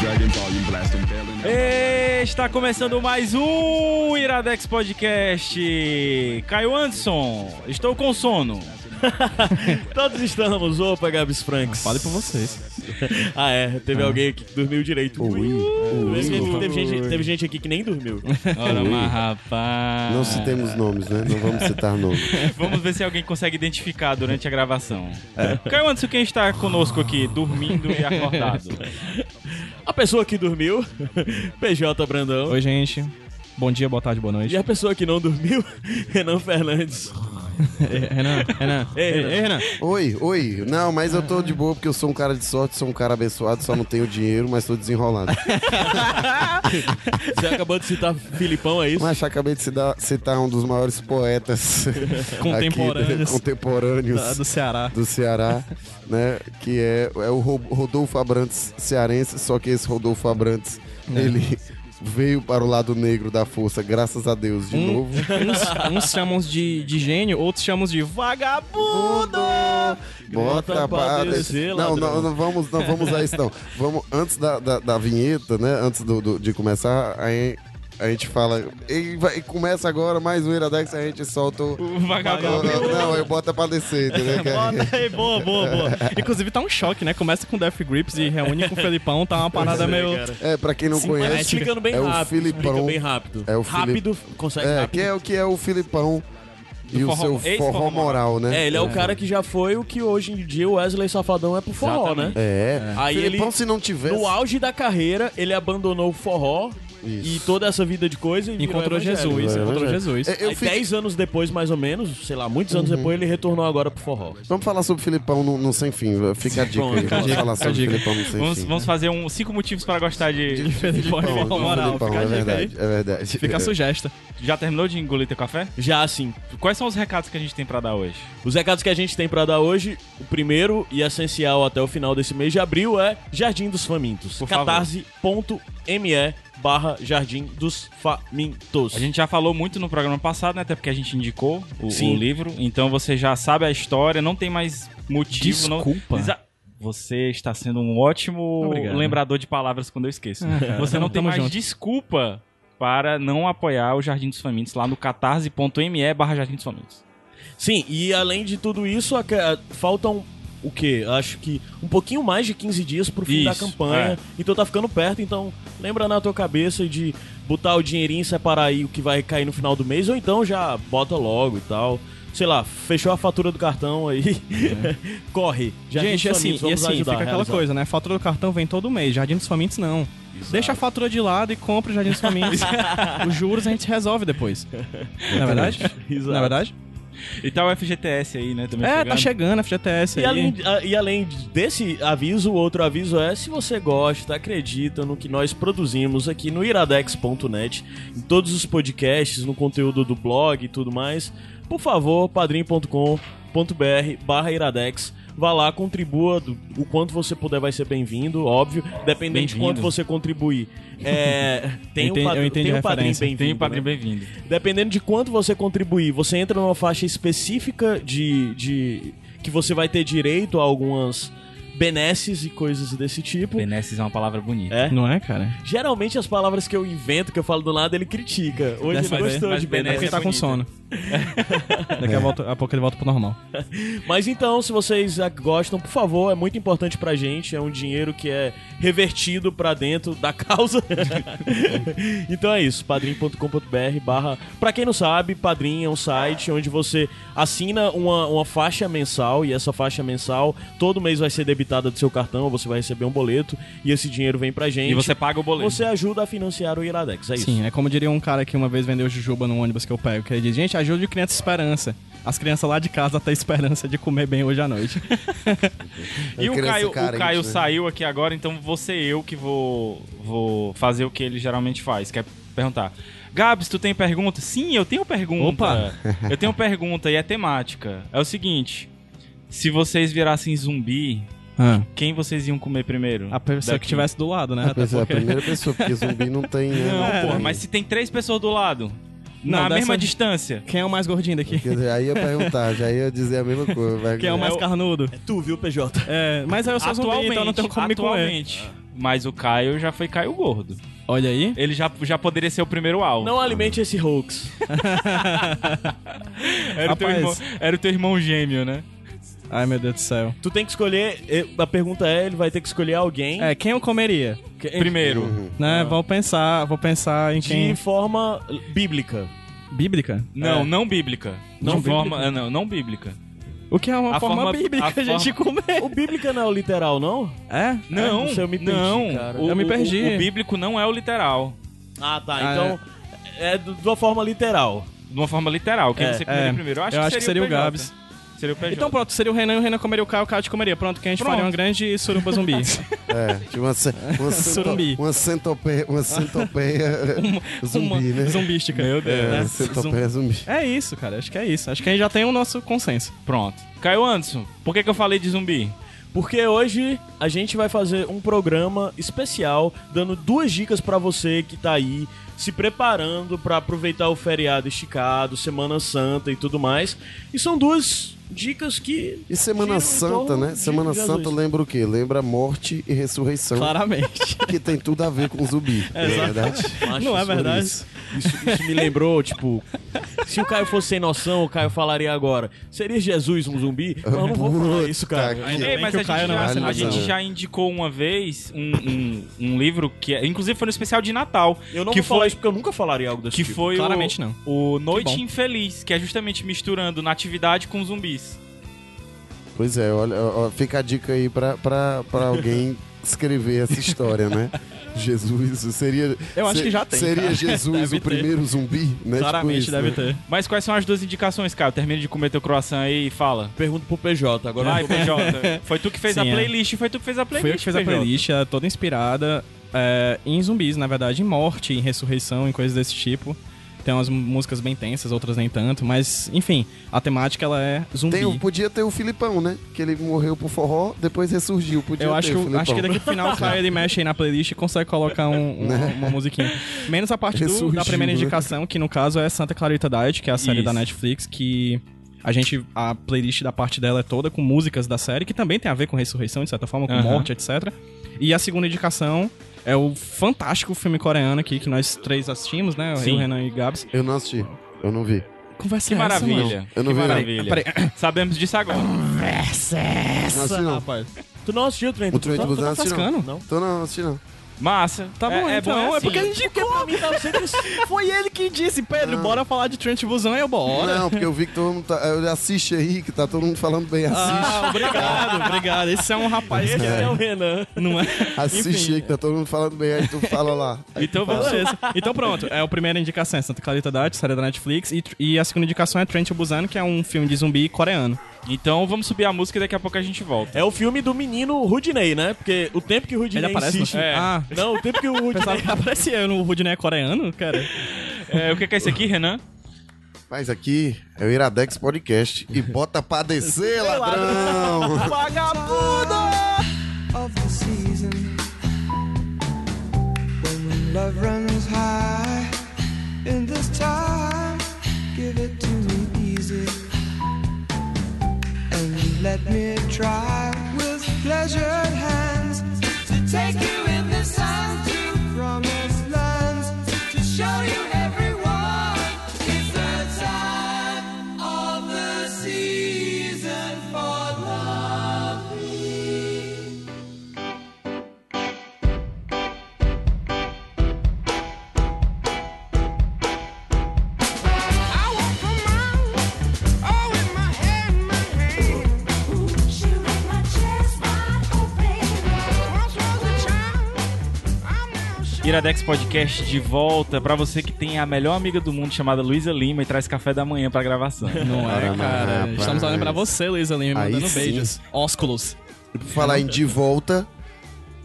Dragon volume blasting, failing. Está começando mais um Iradex Podcast. Caio Anderson, estou com sono. Todos estamos. Opa, Gabs Franks. Fale por vocês. Ah, é. Teve alguém aqui que dormiu direito. Ui. Teve- Ui. teve, gente, teve gente aqui que nem dormiu. Ora, mas rapaz. Não citemos nomes, né? Não vamos citar nomes. Vamos ver se alguém consegue identificar durante a gravação. Caio Anderson, quem está conosco aqui, dormindo e acordado? A pessoa que dormiu, PJ Brandão. Oi, gente. Bom dia, boa tarde, boa noite. E a pessoa que não dormiu, Renan Fernandes. Eh, Renan, Renan. Ei, ei, Renan. Oi, oi. Não, mas eu tô de boa porque eu sou um cara de sorte, sou um cara abençoado, só não tenho dinheiro, mas tô desenrolado. Você acabou de citar Filipão, é isso? Mas já acabei de citar, citar um dos maiores poetas aqui, Contemporâneos. contemporâneos Da- do Ceará. do Ceará, né? Que é, é o Ro- Rodolfo Abrantes cearense, só que esse Rodolfo Abrantes, ele veio para o lado negro da força, graças a Deus, de Um- novo. uns, uns chamam de, de gênio, outros chamam de vagabundo. Bota Bota pra pra descer, descer, não, ladrão. não, não vamos, não vamos a isso não. Vamos antes da, da, da vinheta, né? Antes do, do- de começar, aí a gente fala e, vai- e começa agora mais um Iradex, a gente solta o O vagabundo. não, não, eu bota pra descer, entendeu? Que é- Bota aí, boa, boa, boa. Inclusive tá um choque, né? Começa com Death Grips e reúne com o Felipão, tá uma parada meio. É, pra quem não Mas conhece, explicando bem é o rápido. Explica Filipão. bem rápido. É o rápido, consegue É, rápido. que é o que é o Filipão e o forró- seu ex-forró forró, moral, É, né? ele é, o cara que já foi o que hoje em dia o Wesley Safadão é pro forró, Exatamente. né? É. Aí Filipão, ele- se não tivesse. No auge da carreira, ele abandonou o forró e Isso. toda essa vida de coisa e virou Encontrou evangélico. Jesus, Era encontrou evangélico. Jesus. É, Aí, eu Uhum. fiz- 10 anos depois, mais ou menos, sei lá, muitos anos depois, ele retornou agora pro forró. Vamos falar sobre o Filipão no, no Sem Fim. Fica a dica Bom, aí. fica a Vamos dica, falar fica a sobre o dica. Filipão no Sem Vamos, Fim. vamos fazer um cinco motivos para gostar de. Felipão, Filipão, Felipão, moral, Filipão, fica a é dica aí. verdade, é verdade. Fica a sugesta. Já terminou de engolir teu café? Já assim, Quais são os recados que a gente tem para dar hoje? os recados que a gente tem pra dar hoje, o primeiro e essencial até o final desse mês de abril é Jardim dos Famintos. Por favor. catarse.me barra Jardim dos Famintos. A gente já falou muito no programa passado, né? Até porque a gente indicou o, Sim. o livro. Então você já sabe a história, não tem mais motivo. não- Desculpa. Exa- Você está sendo um ótimo Obrigado. lembrador de palavras quando eu esqueço. Ah, É. cara, você não tamo- tem tamo mais junto. desculpa para não apoiar o Jardim dos Famintos lá no catarse.me barra Jardim dos Famintos. Sim, e além de tudo isso, a- a- faltam o quê? Acho que um pouquinho mais de 15 dias pro fim da Isso, é. campanha. Então tá ficando perto, então lembra na tua cabeça de botar o dinheirinho, separar aí o que vai cair no final do mês, ou então já bota logo e tal. Sei lá, fechou a fatura do cartão aí. Corre. Já É. gente, disse assim, amigos, e vamos assim, ajudar fica a aquela realizar. coisa, né? Fatura do cartão vem todo mês, Jardim dos Famintos não. Deixa a fatura de lado e compra o Jardim dos Famintos. Os juros a gente resolve depois. Não é verdade? Exato. Não é verdade? E tá o FGTS aí, né? Também É, tá chegando a FGTS E aí. além, a- e além desse aviso, o outro aviso é se você gosta, acredita no que nós produzimos aqui no iradex.net, em todos os podcasts, no conteúdo do blog e tudo mais, por favor, padrim.com.br barra iradex. Vá lá, contribua do- o quanto você puder, vai ser bem-vindo, óbvio, dependente de quanto Bem-vindo. você contribuir. É, tem Entendi- um padrim, eu entendi tem a um padrim referência. bem-vindo. Tem o Padre né? Bem-vindo. Dependendo de quanto você contribuir, você entra numa faixa específica de, de que você vai ter direito a algumas benesses e coisas desse tipo. Benesses é uma palavra bonita. É. Não é, cara? Geralmente as palavras que eu invento, que eu falo do lado, ele critica. Hoje Dessa ele vez, gostou Né, mas de É. É benesse benesse. porque é tá com bonito. sono. Daqui a, volta- a pouco ele volta pro normal. Mas então, se vocês ah, gostam, por favor, é muito importante pra gente. É um dinheiro que é revertido pra dentro da causa. então é isso, padrim.com.br barra... Pra quem não sabe, Padrim é um site onde você assina uma, uma faixa mensal e essa faixa mensal todo mês vai ser debitada do seu cartão, você vai receber um boleto e esse dinheiro vem pra gente. E você paga o boleto. Você ajuda a financiar o Iradex, é isso. Sim, é como diria um cara que uma vez vendeu jujuba num ônibus que eu pego, que ele diz, gente, ajude criança esperança. As crianças lá de casa têm esperança de comer bem hoje à noite. E Eu o queria Caio, ser carente, o Caio né? saiu aqui agora, então você eu que vou, vou fazer o que ele geralmente faz, que é perguntar. Gabs, tu tem pergunta? Sim, eu tenho pergunta. Opa! Eu tenho pergunta e é temática. É o seguinte: se vocês virassem zumbi, Ah, quem vocês iam comer primeiro? a pessoa que Daqui. estivesse do lado, né? Até Pois é, a porque- primeira pessoa, porque zumbi não tem. né, Não, tem. porra, mas se tem três pessoas do lado, Não, na dessa- mesma distância. Quem é o mais gordinho daqui? Porque já ia perguntar, já ia dizer a mesma coisa. vai- Quem é o mais É o- carnudo? É tu, viu, PJ? É, mas aí eu sou zumbi, atualmente, então não tenho como me comer. atualmente. Mas o Caio já foi Caio gordo. Olha aí. Ele já, já poderia ser o primeiro alvo. Não alimente esse hoax. era, o teu rapaz. irmão, era o teu irmão gêmeo, né? Ai, meu Deus do céu. Tu tem que escolher. eh, A pergunta é: ele vai ter que escolher alguém É, quem eu comeria? que- Primeiro. Né, vou pensar, vou pensar em quem... Ah. de forma bíblica. Bíblica? Não, É. não bíblica. Não Não forma, ah, não, não bíblica. O que é uma A forma, forma- bíblica a a gente O comer? bíblica não é o literal, não? É? Não, não sei, eu me perdi, não. cara. O, Eu me o- perdi. O, bíblico não é o literal. Ah, tá. Ah, então é, do- de uma forma literal. De uma forma literal. Quem É, você comeria é. primeiro? Eu acho que seria o PJ. Gabs. Seria o PJ. Então pronto, seria o Renan e o Renan comeria o Caio, o Caio te comeria. Pronto, que a gente Pronto. faria uma grande suruba zumbi. É, tipo uma, ce- uma, cento, Surumbi. uma centopeia, uma centopeia Uma né? zumbi, né? Zumbística. Meu É, centopeia zumbi. É isso, cara. Acho que é isso. Acho que a gente já tem o nosso consenso. Pronto. Caio Anderson, por que, que eu falei de zumbi? Porque hoje a gente vai fazer um programa especial dando duas dicas pra você que tá aí se preparando pra aproveitar o feriado esticado, Semana Santa e tudo mais. E são duas dicas que E Semana giram em Santa, torno né? então, de Semana Jesus. Santa lembra o quê? Lembra morte e ressurreição, Claramente. que tem tudo a ver com zumbi, não é verdade? Acho Não é sobre verdade? Isso. Isso- isso me lembrou, tipo, se o Caio fosse sem noção, o Caio falaria agora. Seria Jesus um zumbi? Mas eu não vou falar isso, cara. Puta Ainda Ei, bem mas que a, o gente Caio não já, é a senador. gente já indicou uma vez um, um- um livro que é, inclusive foi no especial de Natal, Eu não que vou falar foi- isso porque eu nunca falaria algo desse que tipo. foi Claramente o, não. o Noite Que bom. Infeliz, que é justamente misturando natividade com zumbis. Pois é, olha, ó, ó, fica a dica aí pra, pra, pra alguém escrever essa história, né? Jesus seria. Eu acho que já tem, Seria cara. Jesus Deve o ter. primeiro zumbi, né? Claramente tipo isso, deve né? ter. Mas quais são as duas indicações, Caio? Termina de comer teu croissant aí e fala. Pergunto pro PJ, agora Vai, eu vou- PJ. Foi tu que fez Né? Sim, a é. playlist, foi tu que fez a playlist. Foi eu que fiz a PJ. playlist, ela é toda inspirada é, em zumbis, na verdade, em morte, em ressurreição, em coisas desse tipo. Tem umas músicas bem tensas, outras nem tanto, mas enfim, a temática ela é zumbi. Tem, o- podia ter o Filipão, né? Que ele morreu pro forró, depois ressurgiu. Podia Eu ter acho, o que- né, Filipão. acho que daqui pro final o Caio ele mexe aí na playlist e consegue colocar um- um- Né? uma musiquinha. Menos a parte do- da Ressurgiu, primeira né? indicação, que no caso é Santa Clarita Diet, que é a série Isso. da Netflix, que a gente. A playlist da parte dela é toda com músicas da série, que também tem a ver com ressurreição, de certa forma, com Aham. morte, etc. E a segunda indicação é o fantástico filme coreano aqui que nós três assistimos, né? Sim. Eu, Renan e Gabs. Eu não assisti. Eu não vi. Conversa Que é essa, mano? maravilha. Eu não que vi, né? não. maravilha. Peraí. Sabemos disso agora. Não assisti, não. Tu tá- não assistiu o trem O trem do Busan? Busan assisti, não. Tascano? Não. Então tá não, assisti, não. Massa. Tá bom, é, então. É, bom, é, é porque a assim. gente indicou. Pra mim tava sempre assim. Foi ele que disse, Pedro, bora falar de Trent Busan, eu bora. Não, porque eu vi que todo mundo tá, eu assiste aí, que tá todo mundo falando bem. Assiste. Ah, obrigado, obrigado. Esse é um rapaz Esse que é o Renan. não é. assiste aí, que tá todo mundo falando bem. Aí tu fala lá. Aí Então vamos. Beleza. Então pronto, é a primeira indicação é Santa Clarita Diet, série da Netflix, e, e a segunda indicação é Trent Busan, que é um filme de zumbi coreano. Então vamos subir a música e daqui a pouco a gente volta. É o filme do menino Rudinei, né? Porque o tempo que o Rudinei Ele aparece no insiste... filme? É. Ah. Não, o tempo que o Pensava Rudinei... que aparecia no Rudney é coreano, cara. É, o que que é isso aqui, Renan? Mas aqui é o Iradex Podcast e bota pra descer, ladrão! of the season when love runs high in this time give it to me easy and let me try with pleasured hands to take you in the sun to promised lands to show you everyone it's the time of the season for love I walk around, oh, with my head in my hand. She left my chest wide open. Once was a child, I'm now sure. Iradex Podcast de volta pra você que tem a melhor amiga do mundo chamada Luísa Lima e traz café da manhã pra gravação. Não é, Caramba, cara. rapaz. Estamos olhando pra você, Luísa Lima, Aí mandando sim. beijos. Ósculos. Falar em de volta.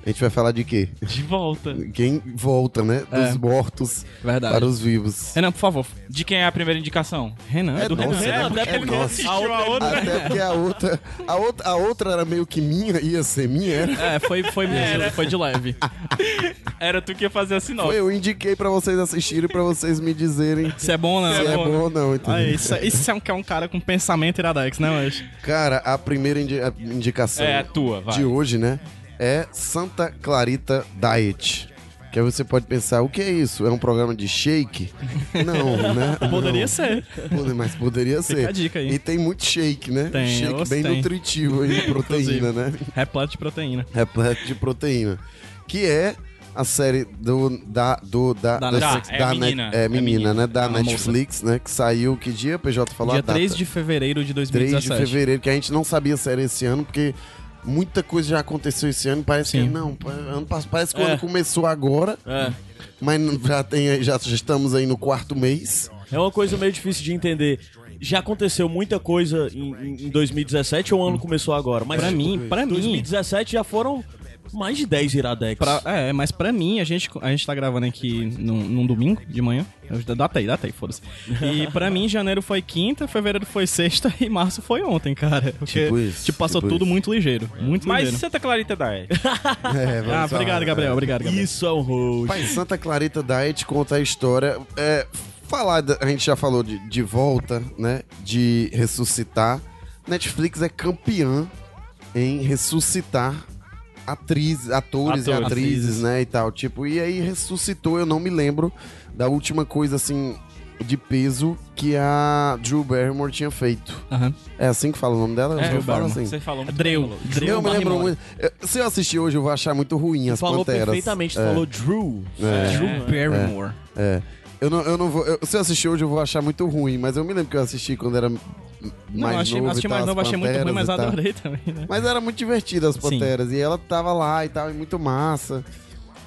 A gente vai falar de quê? De volta. Quem volta, né? Dos É. mortos Verdade. para os vivos. Renan, por favor. De quem é a primeira indicação? Renan. É do nossa, Renan. né? até É porque nossa. a outra- Até porque a outra, a outra, a outra era meio que minha, ia ser minha. né? era. É, foi, foi mesmo, foi de leve. Era tu que ia fazer a sinopse. Eu indiquei pra vocês assistirem, pra vocês me dizerem Se é bom ou não. se é bom, bom, né? ou não, entendeu? Ah, isso, é- isso é um, que é um cara com pensamento iradex, né, mas Cara, a primeira indi- a indicação É a tua, vai. de hoje, né, é Santa Clarita Diet. Que aí você pode pensar, o que é isso? É um programa de shake? Não, né? Poderia Não. ser. Pode- Mas poderia Fica ser. a dica aí. E tem muito shake, né? Tem, shake oxe, bem tem. nutritivo aí, proteína, né? Repleto de proteína. repleto de proteína. Que é a série do da do da Da- Ah, da, da- é Net- menina, é, é menina, menina, né, da é uma Netflix, né, que saiu que dia, PJ falou Dia a data. 3 de fevereiro de 3 de 2017. fevereiro, que a gente não sabia se era esse ano, porque muita coisa já aconteceu esse ano, parece Sim. que não, pa- ano pas- parece que o É. ano começou agora, É. mas não- já tem já estamos aí no quarto mês. É uma coisa meio difícil de entender. Já aconteceu muita coisa em, em- em 2017 ou o ano começou agora? Mas Pra mim, pra mim. 2017 já foram mais de 10 Iradex. Pra- é, mas pra mim, a gente, a gente tá gravando aqui num, num domingo de manhã. Eu- Datei, datei, foda-se. E pra mim, janeiro foi quinta, fevereiro foi sexta e março foi ontem, cara. Porque, Tipo isso, tipo, passou tipo tudo isso. muito ligeiro. Muito Mas tá- ligeiro. Santa Clarita Diet. É, Ah, vamos obrigado, lá. Gabriel. Obrigado, Gabriel. Isso é um roxo. Pai, Santa Clarita Diet conta a história. É, falar, da- a gente já falou de, de volta, né? De ressuscitar. Netflix é campeã em ressuscitar atrizes, atores e Atores. atrizes, né? E tal. Tipo, e aí ressuscitou, eu não me lembro da última coisa assim de peso que a Drew Barrymore tinha feito. Aham. É assim que fala o nome dela? Drew eu falo Barrymore. assim. Você falou muito Dreu. bem, falou. Dreu eu me lembro Barrymore. muito. Eu- Se eu assistir hoje, eu vou achar muito ruim as Falou panteras. perfeitamente, tu É. falou Drew. É. Drew Barrymore. É. Eu não, eu não vou. eu- se eu assistir hoje, eu vou achar muito ruim, mas eu me lembro que eu assisti quando era m- Não, mais eu achei, novo. achei e mais tal, novo, as achei muito ruim, Panteras mas e tal. adorei também, né? Mas era muito divertido as panteras. E ela tava lá e tal, e muito massa.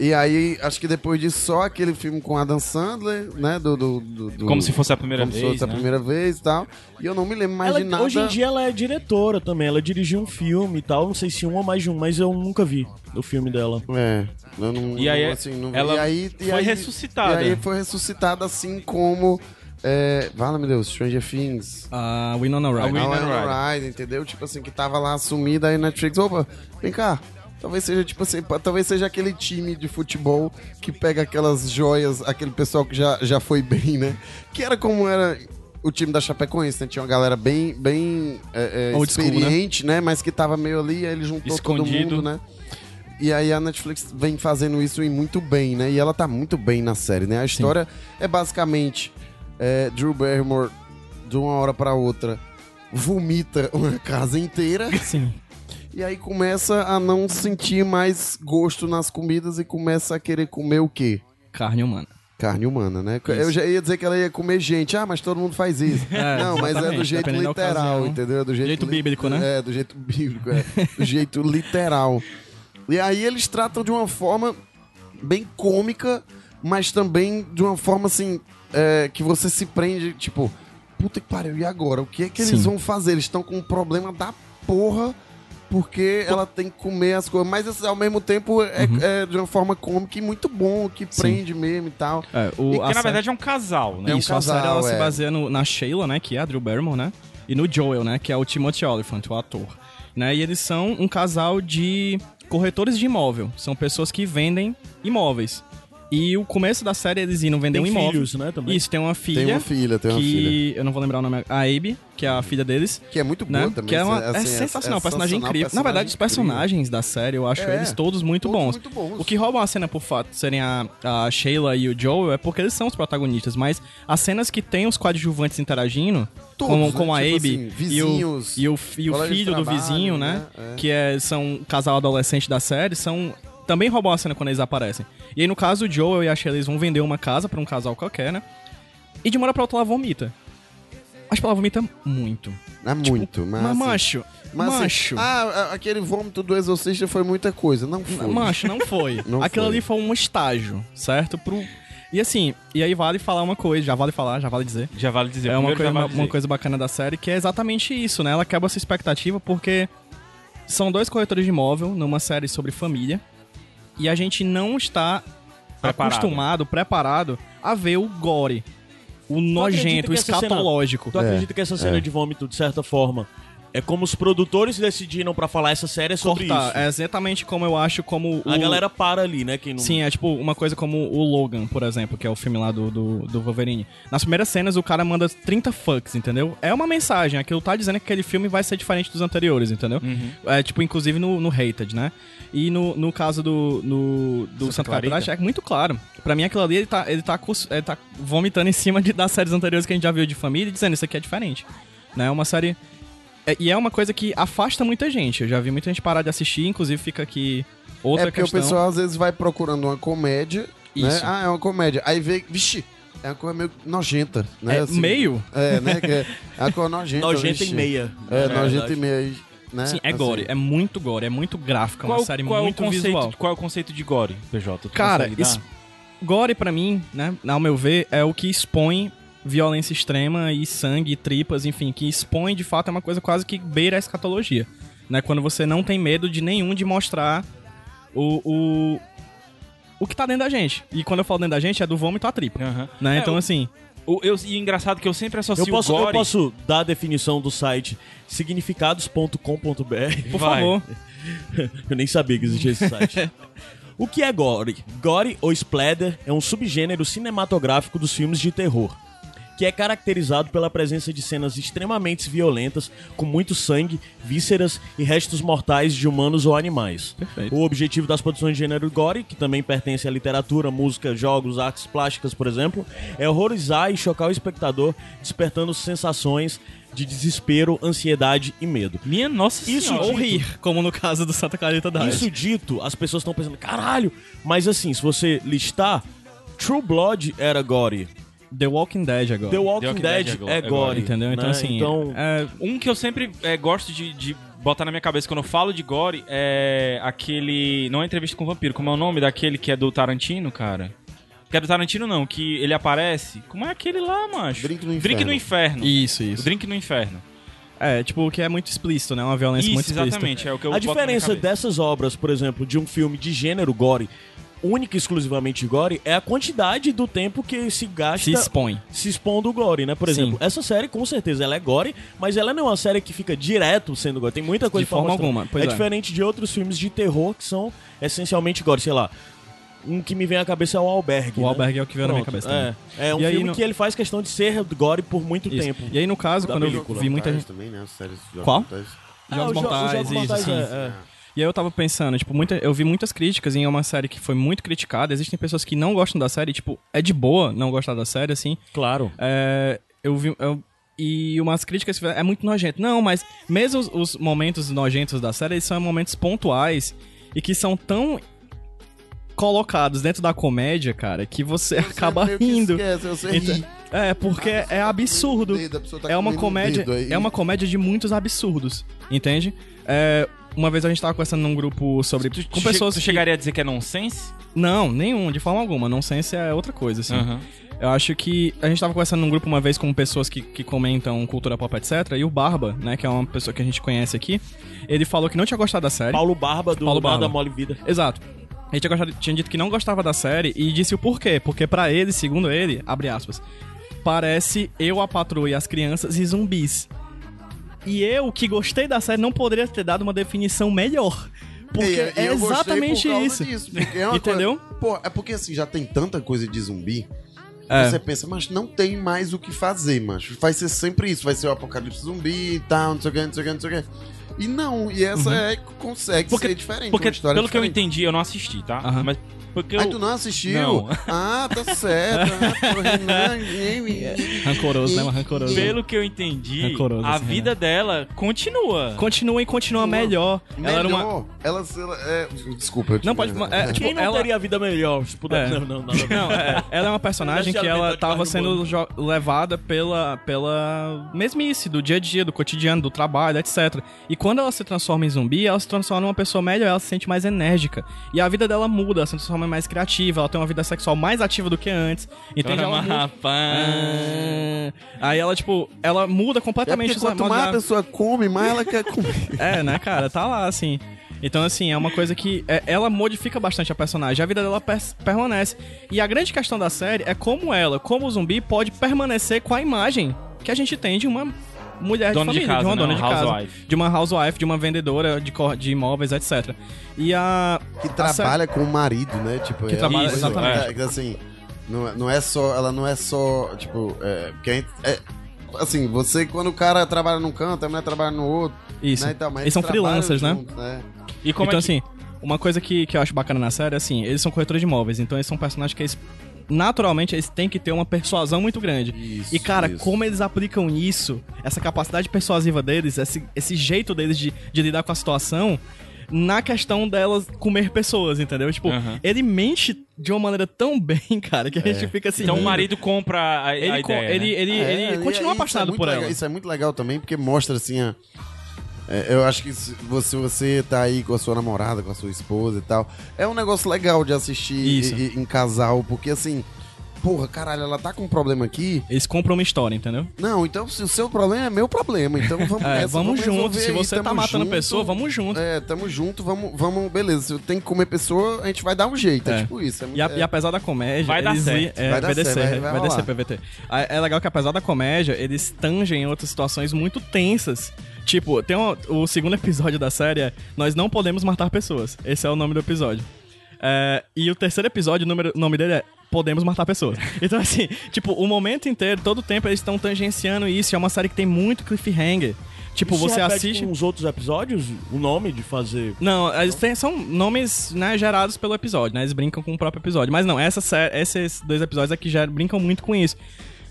E aí, acho que depois disso, só aquele filme com Adam Sandler, né? Do, do, do- do- Como se fosse a primeira como se vez. fosse a né? primeira vez e tal. E eu não me lembro mais Ela- de nada. hoje em dia ela é diretora também, ela dirigiu um filme e tal, não sei se um ou mais de um, mas eu nunca vi o filme dela. É, eu não, E aí, não, assim, não- ela e aí- e foi aí- ressuscitada. E aí foi ressuscitada assim como. É, Vala, meu Deus, Stranger Things. A Winona Ryder. Não Winona era Ryder, entendeu? Tipo assim, que tava lá sumida aí na Netflix. Opa, vem cá. Talvez seja, tipo assim, pa- talvez seja aquele time de futebol que pega aquelas joias, aquele pessoal que já, já foi bem, né? Que era como era o time da Chapecoense, né? Tinha uma galera bem, bem é, é, Old school, né? experiente, né? Mas que tava meio ali, aí ele juntou Escondido. todo mundo, né? E aí a Netflix vem fazendo isso e muito bem, né? E ela tá muito bem na série, né? A história é basicamente é, Drew Barrymore, de uma hora pra outra, vomita uma casa inteira Sim. e aí começa a não sentir mais gosto nas comidas e começa a querer comer o quê? Carne humana. Carne humana, né? Eu já ia dizer que ela ia comer gente. Ah, mas todo mundo faz isso. É, não, mas é do exatamente. jeito Dependendo da literal, ocasião. entendeu? É Do jeito, Jeito li- bíblico, né? É, do jeito bíblico, é. Do jeito literal. E aí eles tratam de uma forma bem cômica, mas também de uma forma assim, é, que você se prende, tipo, puta que pariu, e agora? O que é que eles Sim. vão fazer? Eles estão com um problema da porra. Porque ela tem que comer as coisas, mas assim, ao mesmo tempo é, é de uma forma cômica e muito bom, que Uhum. Sim. prende mesmo e tal. É, o, E a Porque na série- verdade é um casal, né? É um Isso, a série casal, ela se é. baseia no- na Sheila, né, que é a Drew Barrymore, né, e no Joel, né, que é o Timothy Oliphant, o ator. Né, e eles são um casal de corretores de imóvel, são pessoas que vendem imóveis. E o começo da série eles iam vender Tem um imóvel. filhos, né, também? Isso, tem uma filha. Tem uma filha, tem uma que filha. eu não vou lembrar o nome, a Abe, que é a filha deles. Que é muito boa Né? também. que é, uma- assim, é sensacional, é personagem incrível. sensacional, Na personagem verdade, os personagens da série, eu acho É, eles todos muito todos bons. muito bons. O que rouba a cena por fato de serem a, a Sheila e o Joel é porque eles são os protagonistas, mas as cenas que tem os coadjuvantes interagindo, Todos, como, né? como a Tipo Abe assim, e o, vizinhos, e o, fi- e o colegas de filho do trabalho, vizinho, né? né? É. Que é, são um casal adolescente da série, são. Também roubam a cena quando eles aparecem. E aí, no caso, o Joel e a Sheila eles vão vender uma casa pra um casal qualquer, né? E de uma hora pra outra ela vomita. Acho que ela vomita muito. É muito, Ah, tipo, mas. Mas, assim, macho, mas assim, macho, ah, a- aquele vômito do exorcista foi muita coisa. Não foi. macho, não foi. Não Aquilo foi. ali foi um estágio, certo? Pro... E assim, e aí vale falar uma coisa, já vale falar, já vale dizer. Já vale dizer. É uma primeiro coisa, já uma, vale dizer. uma coisa bacana da série que é exatamente isso, né? Ela quebra essa expectativa porque são dois corretores de imóvel numa série sobre família. e a gente não está Preparado. acostumado, preparado a ver o gore, o acredita nojento, que o essa cena- escatológico. É. Tu É, acredita que essa cena de vômito, de certa forma, é como os produtores decidiram pra falar essa série é sobre Cortar. isso? É exatamente como eu acho como A o- galera para ali, né? Quem não... Sim, é tipo uma coisa como o Logan, por exemplo, que é o filme lá do, do, do Wolverine. Nas primeiras cenas, o cara manda 30 fucks, entendeu? É uma mensagem. Aquilo tá dizendo que aquele filme vai ser diferente dos anteriores, entendeu? Uhum. É tipo, inclusive no, no Hated, né? E no, no caso do, no, do Santa Clarita? Clarita, é muito claro. Pra mim, aquilo ali, ele tá, ele tá, cus- ele tá vomitando em cima de, das séries anteriores que a gente já viu de família e dizendo isso aqui é diferente. Né? É uma série... é- e é uma coisa que afasta muita gente. Eu já vi muita gente parar de assistir, inclusive fica aqui outra é porque questão. o pessoal às vezes vai procurando uma comédia, né? Isso. Ah, é uma comédia. Aí vê, vixi, é uma coisa meio nojenta, né? É, Assim, meio? É, né? Que é, é uma coisa nojenta. Nojenta vixi. e meia. É, na nojenta verdade. e meia. aí, Né? Sim, é Assim. gore, é muito gore, é muito gráfica, é uma Qual, série qual é o muito conceito, visual. Qual é o conceito de gore, PJ? Tu Cara, consegue dar? isso- Gore pra mim, né, ao meu ver, é o que expõe violência extrema e sangue, tripas, enfim, que expõe de fato é uma coisa quase que beira a escatologia, né? Quando você não tem medo de nenhum de mostrar o, o o que tá dentro da gente. E quando eu falo dentro da gente é do vômito à tripa, Aham. né? É, então o- assim, O- eu, e engraçado que eu sempre associo Eu posso, o eu gore... posso dar a definição do site significados.com.br. por vai. favor, Eu nem sabia que existia esse site. O que é gore? Gore ou splatter é um subgênero cinematográfico dos filmes de terror, que é caracterizado pela presença de cenas extremamente violentas, com muito sangue, vísceras e restos mortais de humanos ou animais. Perfeito. O objetivo das produções de gênero gore, que também pertence à literatura, música, jogos, artes plásticas, por exemplo, é horrorizar e chocar o espectador, despertando sensações de desespero, ansiedade e medo. Minha nossa Isso senhora. ou rir, como no caso do Santa Clarita Diet. Isso dito, as pessoas estão pensando, caralho, mas assim, se você listar, True Blood era gore, The Walking Dead agora. The Walking, Walking Dead, Dead é é gore, gore, Entendeu? Então né? assim, Então, é- Um que eu sempre eh, gosto de, de botar na minha cabeça quando eu falo de gore é aquele. Não é entrevista com o vampiro, como é o nome daquele que é do Tarantino, cara? Que é do Tarantino, não, que ele aparece. Como é aquele lá, macho? Drink no Drink Inferno. no Inferno. Isso, O isso. Drink no Inferno. É, tipo, que é muito explícito, né? Uma violência muito Isso, explícita. exatamente. É o que eu a boto na minha diferença cabeça. dessas obras, por exemplo, de um filme de gênero gore, única e exclusivamente gore, é a quantidade do tempo que se gasta... Então, Se expõe. se expondo ao gore, né? Por Sim. exemplo, essa série com certeza ela é gore, mas ela não é uma série que fica direto sendo gore. Tem muita coisa pra forma mostrar. alguma, pois é, é. diferente de outros filmes de terror que são essencialmente gore, sei lá. Um que me vem à cabeça é o Albergue. O né? Albergue é o que veio na minha Pronto, cabeça também. É, é um E aí filme no- que ele faz questão de ser gore por muito Isso. tempo. E aí, no caso, Da quando película. eu vi muita gente. Também, né? As séries de Qual? Mortais. Ah, Jogos os jo- os Mortais, Jogos isso, assim. Mortais, sim. é, é. E aí eu tava pensando, tipo, muita, eu vi muitas críticas em uma série que foi muito criticada. Existem pessoas que não gostam da série, tipo, é de boa não gostar da série, assim. Claro. É, eu vi. eu- e umas críticas que fizeram, é muito nojento. Não, mas mesmo os, os momentos nojentos da série, eles são momentos pontuais e que são tão colocados dentro da comédia, cara, que você, Você é acaba meio que rindo. Esquece, você ri. Então- é, porque é absurdo. Dedo, a pessoa tá é uma comendo um comédia, dedo aí. é uma comédia de muitos absurdos, entende? É, uma vez a gente tava conversando num grupo sobre Tu, com che- pessoas tu que- chegaria a dizer que é nonsense? Não, nenhum, de forma alguma, não sei se é outra coisa assim. Aham. Eu acho que a gente tava conversando num grupo uma vez com pessoas que, que comentam cultura pop, etc, e o Barba, né, que é uma pessoa que a gente conhece aqui, ele falou que não tinha gostado da série. Paulo Barba do Paulo Nada Barba. Mole Vida. Exato. Ele tinha, gostado- tinha dito que não gostava da série e disse o porquê. Porque pra ele, segundo ele, abre aspas, parece eu, a patroa e as crianças e zumbis. E eu, que gostei da série, não poderia ter dado uma definição melhor. Porque E- e é eu gostei exatamente por causa isso. disso, porque é uma Entendeu? coisa- pô, é porque assim, já tem tanta coisa de zumbi. É. Você pensa, mas não tem mais o que fazer, macho. Vai ser sempre isso, vai ser o apocalipse zumbi e tal, não sei o que, não sei o que, não sei o que. E não, e essa Uhum. é que consegue Porque- ser diferente. Porque, uma história pelo que eu diferente. entendi, eu não assisti, tá? Aham. Mas porque Aí eu... tu não assistiu? Não. Ah, tá certo. Ah, porra, não, ninguém- Rancoroso, né? Mas Rancoroso. Pelo que eu entendi, Rancoroso, a assim, vida dela continua. Continua e continua melhor. Ela era uma. Melhor. Ela, se- ela- é, desculpa. eu te- Não, pode. É, tipo, Quem não ela... teria a vida melhor? Se puder... É. Não, não, não. não. Não, é, ela é uma personagem Já se que ela alimentou de tava carne sendo humana. jo- levada pela, pela mesmice do dia a dia, do cotidiano, do trabalho, etc. E quando ela se transforma em zumbi, ela se transforma numa pessoa melhor, ela se sente mais enérgica. E a vida dela muda, ela se transforma mais criativa, ela tem uma vida sexual mais ativa do que antes. Entende? Ela Toma, muda. é rapaz. Ah, Aí ela, tipo, ela muda É completamente porque os quanto modos mais a da- pessoa come, mais ela quer comer. É, né, cara? Tá lá, assim. Então, assim, é uma coisa que é, ela modifica bastante a personagem. A vida dela pers- permanece. E a grande questão da série é como ela, como zumbi, pode permanecer com a imagem que a gente tem de uma mulher Dona de É de família, casa, uma né? dona de Uma casa. housewife. De uma housewife, de uma vendedora de, cor- de imóveis, etc. E a. Que a série- trabalha com o marido, né? Tipo, Que é trabalha- uma coisa exatamente. que, assim, não, é- não é só. Ela não é só. Tipo, é, porque a gente- é- assim, você, quando o cara trabalha num canto, a mulher trabalha no outro. Isso. Né, e tal, mas Eles são trabalham freelancers, né? juntos, né? E como então, é que... assim, uma coisa que, que eu acho bacana na série é assim, eles são corretores de imóveis, então eles são personagens que eles. Naturalmente, eles têm que ter uma persuasão muito grande. Isso, e, cara, isso. como eles aplicam isso, essa capacidade persuasiva deles, esse, esse jeito deles de, de lidar com a situação, na questão delas comer pessoas, entendeu? Tipo, Aham. ele mente de uma maneira tão bem, cara, que a gente fica assim. Então o rindo. marido compra a, a Ele, co- ideia, né? ele, ele, É, ele ali- continua isso é apaixonado muito por legal- ela. Isso é muito legal também, porque mostra assim. a- é, eu acho que se você, você tá aí com a sua namorada, com a sua esposa e tal. É um negócio legal de assistir Isso. e- e- em casal, porque assim. Porra, caralho, ela tá com um problema aqui. Eles compram uma história, entendeu? Não, então se o seu problema é meu problema. Então vamos É, nessa, vamos resolver junto. Se aí, você tá tamo matando junto. pessoa, vamos junto. É, tamo junto, vamos, vamos, beleza. Se eu tenho que comer pessoa, a gente vai dar um jeito. É, É. tipo isso. É, E, a- muito- e apesar da comédia. Vai dar eles, certo. É, Vai vai, dar descer, certo, vai- vai vai descer rolar. PVT. Ah, É legal que apesar da comédia, eles tangem em outras situações muito tensas. Tipo, tem um- o segundo episódio da série é Nós Não Podemos Matar Pessoas. Esse é o nome do episódio. É, e o terceiro episódio, o número- o nome dele é Podemos Matar Pessoas. Então, assim, tipo, o momento inteiro, todo o tempo, eles estão tangenciando isso. É uma série que tem muito cliffhanger. Tipo, Isso você repete assiste. com os outros episódios o nome de fazer. Não, eles têm- são nomes né, gerados pelo episódio, né? Eles brincam com o próprio episódio. Mas não, essa sé- esses dois episódios aqui já brincam muito com isso.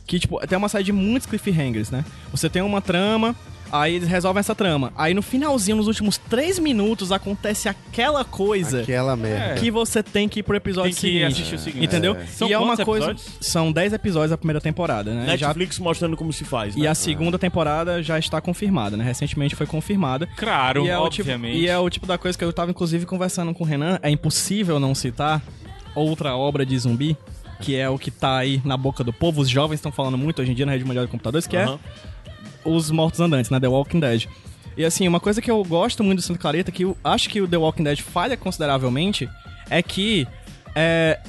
Que, tipo, tem uma série de muitos cliffhangers, né? Você tem uma trama, aí eles resolvem essa trama. Aí no finalzinho, nos últimos três minutos, acontece aquela coisa é. Aquela merda. que você tem que ir pro episódio é. Tem que seguinte. assistir o seguinte. Entendeu? É. São e é uma quantos coisa. episódios? São dez episódios da primeira temporada, né? Já- Netflix mostrando como se faz, né? E a segunda temporada já está confirmada, né? Recentemente foi confirmada. Claro, E é, o tipo, um obviamente. e é o tipo da coisa que eu tava, inclusive, conversando com o Renan. É impossível não citar outra obra de zumbi, que é o que tá aí na boca do povo. Os jovens estão falando muito hoje em dia na rede mundial de computadores, que Aham. é os mortos andantes, né? The Walking Dead. E assim, uma coisa que eu gosto muito do Santa Clarita, que eu acho que o The Walking Dead falha consideravelmente, é que é,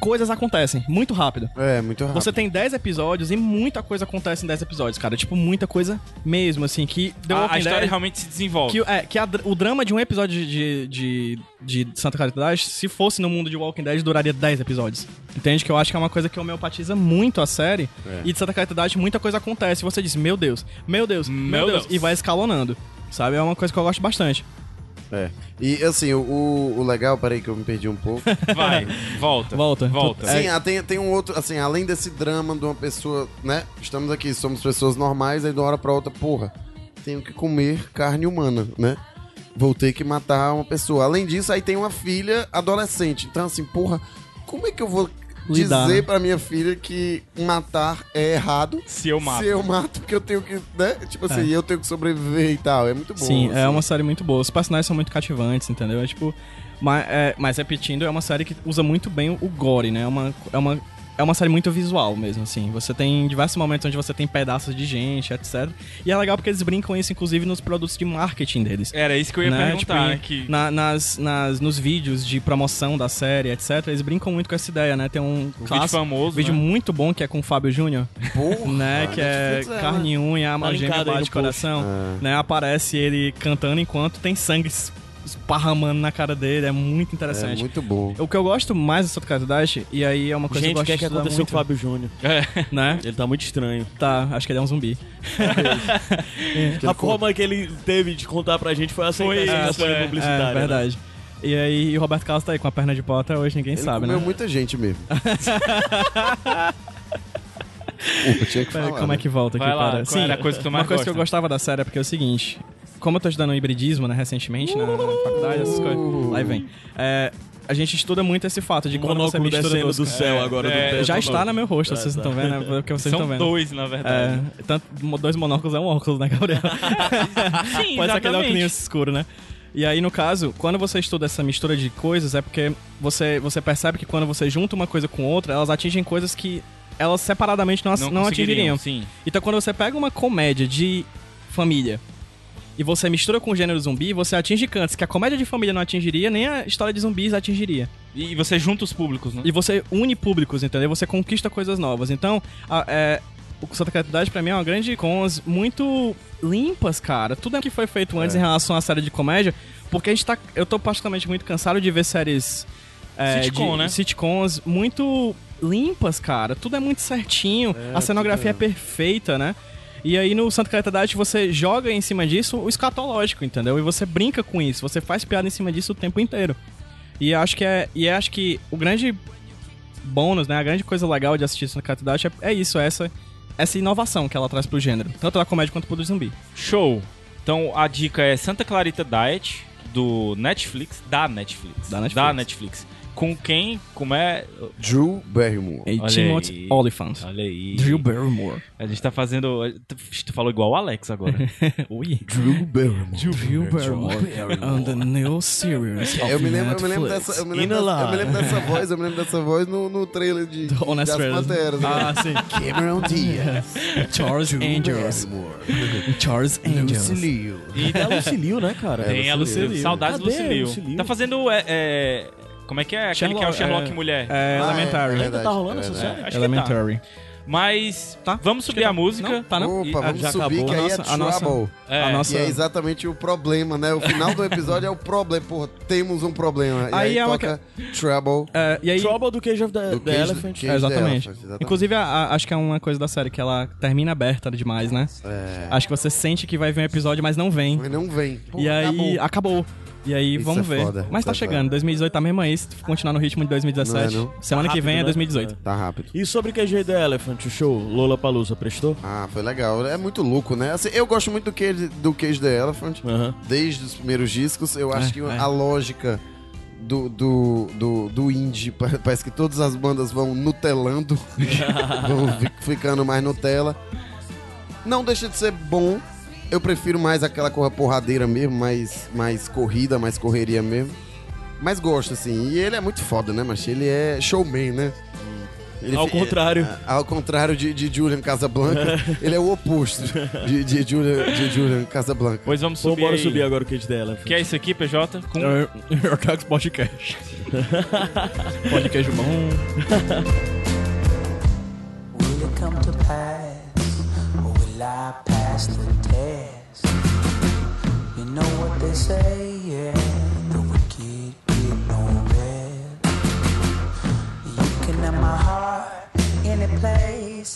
coisas acontecem muito rápido. É, muito rápido. Você tem 10 episódios e muita coisa acontece em 10 episódios, cara. Tipo, muita coisa mesmo, assim, que The a, Walking a história Dead- realmente se desenvolve. que, é, que a dr- o drama de um episódio de, de, de Santa Caridade, se fosse no mundo de Walking Dead, duraria 10 episódios. Entende? Que eu acho que é uma coisa que homeopatiza muito a série. É. E de Santa Caridade, muita coisa acontece. E você diz, meu Deus, meu Deus, meu, Meu Deus. Deus. E vai escalonando. Sabe? É uma coisa que eu gosto bastante. É. E assim, o, o o legal, peraí que eu me perdi um pouco. Vai, volta. Volta. Tá. Volta. Sim, ah, tem, tem um outro, assim, além desse drama de uma pessoa, né? Estamos aqui, somos pessoas normais, aí de uma hora pra outra, porra, tenho que comer carne humana, né? Vou ter que matar uma pessoa. Além disso, aí tem uma filha adolescente. Então, assim, porra, como é que eu vou Lidar, dizer né? pra minha filha que matar é errado? Se eu mato. Se eu mato, porque eu tenho que, né? Tipo assim, eu tenho que sobreviver e tal. É muito bom. É. Sim, é assim. uma série muito boa. Os personagens são muito cativantes, entendeu? É tipo. Mas, é, mas repetindo, é uma série que usa muito bem o gore, né? É uma, é uma, é uma série muito visual mesmo, assim. Você tem diversos momentos onde você tem pedaços de gente, etc. E é legal porque eles brincam isso, inclusive, nos produtos de marketing deles. Era isso É, que eu ia Né? perguntar. Tipo, que... na- nas, nas, nos vídeos de promoção da série, etc., eles brincam muito com essa ideia, né? Tem um clássico, famoso, vídeo né? muito bom que é com o Fábio Júnior, Porra, né? Que é Netflix, carne e unha, Tá a linkado gêmea aí no bate post. É. coração. Né? Aparece ele cantando enquanto tem sangue es- esparramando na cara dele. É muito É interessante. muito bom. O que eu gosto mais do Sotocato Dash, e aí é uma coisa Gente, que eu o gosto que é que de estudar aconteceu muito, com o Fábio Júnior? É. né? Ele tá muito estranho. Tá, acho que ele é um zumbi. A forma que ele teve de contar pra gente foi aceitar Foi essa isso, campanha é. publicitária. é, né? verdade. E aí, e o Roberto Carlos tá aí com a perna de pau até hoje, ninguém Ele sabe, comeu um né? muita gente mesmo. Opa, tinha que Pera, falar. né? né? como é que volta Vai aqui, lá, para? qual era a coisa que tu mais uma coisa que eu gosta? gostava da série é porque é o seguinte... Como eu tô estudando hibridismo, né, recentemente, na, na faculdade, essas coisas... Aí vem. É, a gente estuda muito esse fato de O quando você monóculo mistura descendo duas do coisas. céu agora é, do teto. Já está no meu rosto, Ah, vocês tá. não estão vendo, né? Porque vocês estão São vendo. dois, na verdade. né? É, tanto, mo- dois monóculos é um óculos, né, Gabriel? Sim, Pode ser aquele óculos exatamente. escuro, né? E aí, no caso, quando você estuda essa mistura de coisas, é porque você, você percebe que quando você junta uma coisa com outra, elas atingem coisas que elas separadamente não, ass- não atingiriam. conseguiriam, Sim. Então, quando você pega uma comédia de família e você mistura com o gênero zumbi, você atinge cantos que a comédia de família não atingiria, nem a história de zumbis atingiria. E você junta os públicos, né? E você une públicos, entendeu? Você conquista coisas novas. Então, a- é, o Santa Creatividade pra mim é uma grande cons muito limpas, cara. Tudo que foi feito É. antes em relação à série de comédia, porque a gente tá. Eu tô particularmente muito cansado de ver séries. é, Sitcom, de- né? Sitcoms muito limpas, cara. Tudo é muito certinho. a cenografia é perfeita, né? E aí no Santa Caridade você joga em cima disso o escatológico, entendeu? E você brinca com isso, você faz piada em cima disso o tempo inteiro. E acho que é, e acho que o grande bônus, né, a grande coisa legal de assistir Santa Caridade é, é isso, é essa essa inovação que ela traz pro gênero, tanto da comédia quanto pro do zumbi. Show. Então a dica é Santa Clarita Diet do Netflix, da Netflix, Da Netflix. Netflix. Com quem? Como é? Drew Barrymore. E Olha aí. Timothy Oliphant. Olha aí. Drew Barrymore. A gente tá fazendo. Tu, tu falou igual o Alex agora. Oi. Drew Barrymore. Drew Barrymore. On the new series of Eu me lembro, eu me lembro Netflix. dessa, eu me lembro, dessa, eu me lembro dessa voz, eu me lembro dessa voz no, no trailer de Do Honest das Trailers. Panteras. né? Ah, sim. Cameron Diaz, Charles Angels. Charles Lucy Angels. É, Liu. E da Lucilio, né, cara? Tem a Lucille. Saudades do Cadê Lucille. Lucy Liu? Tá fazendo. É, é, como é que é? Aquele que é o Sherlock, Sherlock é- mulher. É, Ah, Elementary. é, Ainda é tá Verdade, rolando essa verdade. série? Acho que tá. Elementary. Mas Tá. vamos subir Acho que a música. Não, tá não. Opa, vamos já subir acabou. que aí a nossa, é a nossa- Trouble. É, a E nossa- é exatamente o problema, né? O final do episódio é o problema. Porra, temos um problema. E aí, Aí é uma toca Trouble. É, e aí, Trouble do Cage of the, Do the Cage- Elephant. Cage É, exatamente. the Elephant, exatamente. Inclusive, a- a- acho que é uma coisa da série que ela termina aberta demais, né? É. Acho que você sente que vai vir um episódio, mas não vem. Mas não vem. Porra, e aí, acabou. acabou. E aí, Isso vamos é ver. foda, Mas isso tá é chegando, 2018 tá mesmo aí, se tu continuar no ritmo de 2017. Não é, não? Semana que Rápido, vem é né? 2018. Tá rápido. E sobre Cage of the Elephant, o show Lola Palusa prestou? Ah, foi legal. É muito louco, né? Assim, eu gosto muito do Cage, do Cage the Elephant. Aham. desde os primeiros discos. Eu acho É, que é. a lógica do, do, do, do indie, pa- parece que todas as bandas vão nutelando, vão fi- ficando mais Nutella. Não deixa de ser bom. Eu prefiro mais aquela corra porradeira mesmo, mais, mais corrida, mais correria mesmo. Mas gosto, assim. E ele é muito foda, né, mas Ele é showman, né? Ele Ao fi- contrário. é, ao contrário de, de Julian Casablanca, ele é o oposto de, de, Julian, de Julian Casablanca. Pois vamos Vamos subir. bora aí. subir agora o Cage of the Elephant. Que é isso aqui, PJ? Com Ortox Podcast. Podcast bom. Will it come to pass? Or will I pass the test? You know what they say, yeah. The wicked get no rest. You can have my heart any place,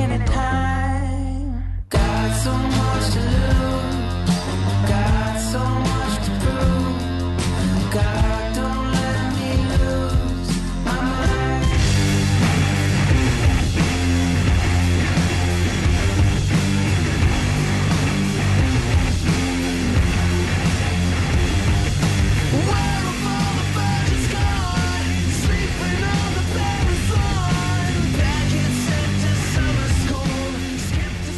any time. Got so much to lose. Got so much to prove. God, don't let me lose my mind.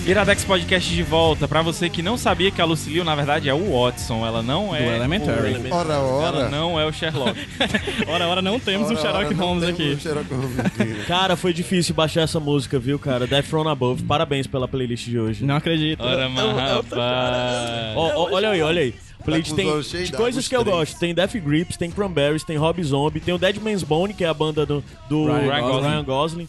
Iradex Podcast de volta. Pra você que não sabia que a Lucille, na verdade, é o Watson. Ela não é. Do Elementary. o- Ora, Ela ora. não é o Sherlock. Ora, ora, não temos um Ora, Sherlock ora, não Holmes temos aqui. um Sherlock Holmes aqui, né? Cara, foi difícil baixar essa música, viu, cara? Death From Above. Parabéns pela playlist de hoje. Não acredito. É Ora, mas rapaz. Ó, ó, olha aí, olha aí. Playlist Tá com tem os olhos cheios de d'água, coisas os que eu três. gosto. Tem Death Grips, tem Cranberries, tem Rob Zombie, tem o Dead Man's Bone, que é a banda do, do Ryan Ryan, Gosling. Gosling.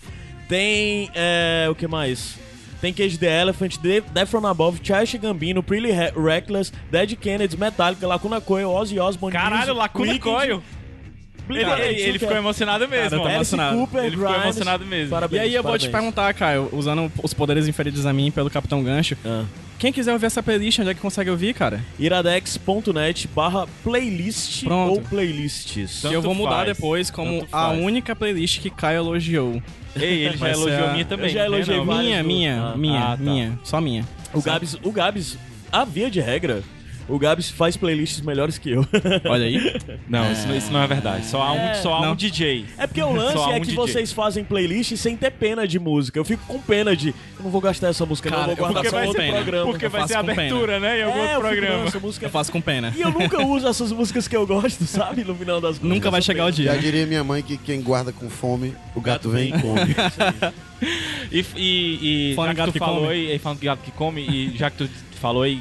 Tem. é, o que mais? Tem Cage the Elephant, The- Death From Above, Childish Gambino, Pretty Re- Reckless, Dead Kennedy, Metallica, Lacuna Coil, Ozzy Osbourne, Caralho, Muse, Lacuna Weeknd, Coil. Ele, Blink-182, ele- ele ficou cara. emocionado mesmo. Cara, eu tô ó. Alice emocionado. Cooper, Ele ficou Grimes. emocionado mesmo. E Parabéns, aí eu vou te parabéns. perguntar, Caio, usando os poderes inferiores a mim pelo Capitão Gancho. Ah. Quem quiser ouvir essa playlist, onde é que consegue ouvir, cara? iradex.net barra playlist Pronto. ou playlists. Que eu vou mudar faz, depois como tanto a faz. única playlist que Caio elogiou. Ei, ele já Vai ser elogiou a- a minha também. Eu já elogiei Não, não. né? Minha, várias do- minha, Ah, minha, ah, tá. minha, só minha. O Gabs, o Gabs, a via de regra, o Gabs faz playlists melhores que eu. Olha aí. Não, isso, não- isso não é verdade. Só há um, só há um Não. DJ. É porque o lance Só há é um que DJ. vocês fazem playlists sem ter pena de música. Eu fico com pena de, eu não vou gastar essa música, Cara, não, eu vou eu guardar fico só com outro pena. programa. Porque eu vai faço ser a com pena. abertura, né? Em é, algum eu outro fico, não, programa. essa música Eu é faço com pena. E eu nunca uso essas músicas que eu gosto, sabe? No final das músicas. Nunca vai essa chegar o pena. dia. Já diria minha mãe que quem guarda com fome, o gato vem e come. E, e, e Falando assim. já em gato que tu que falou come. aí, e falando de gato que come, e já que tu falou aí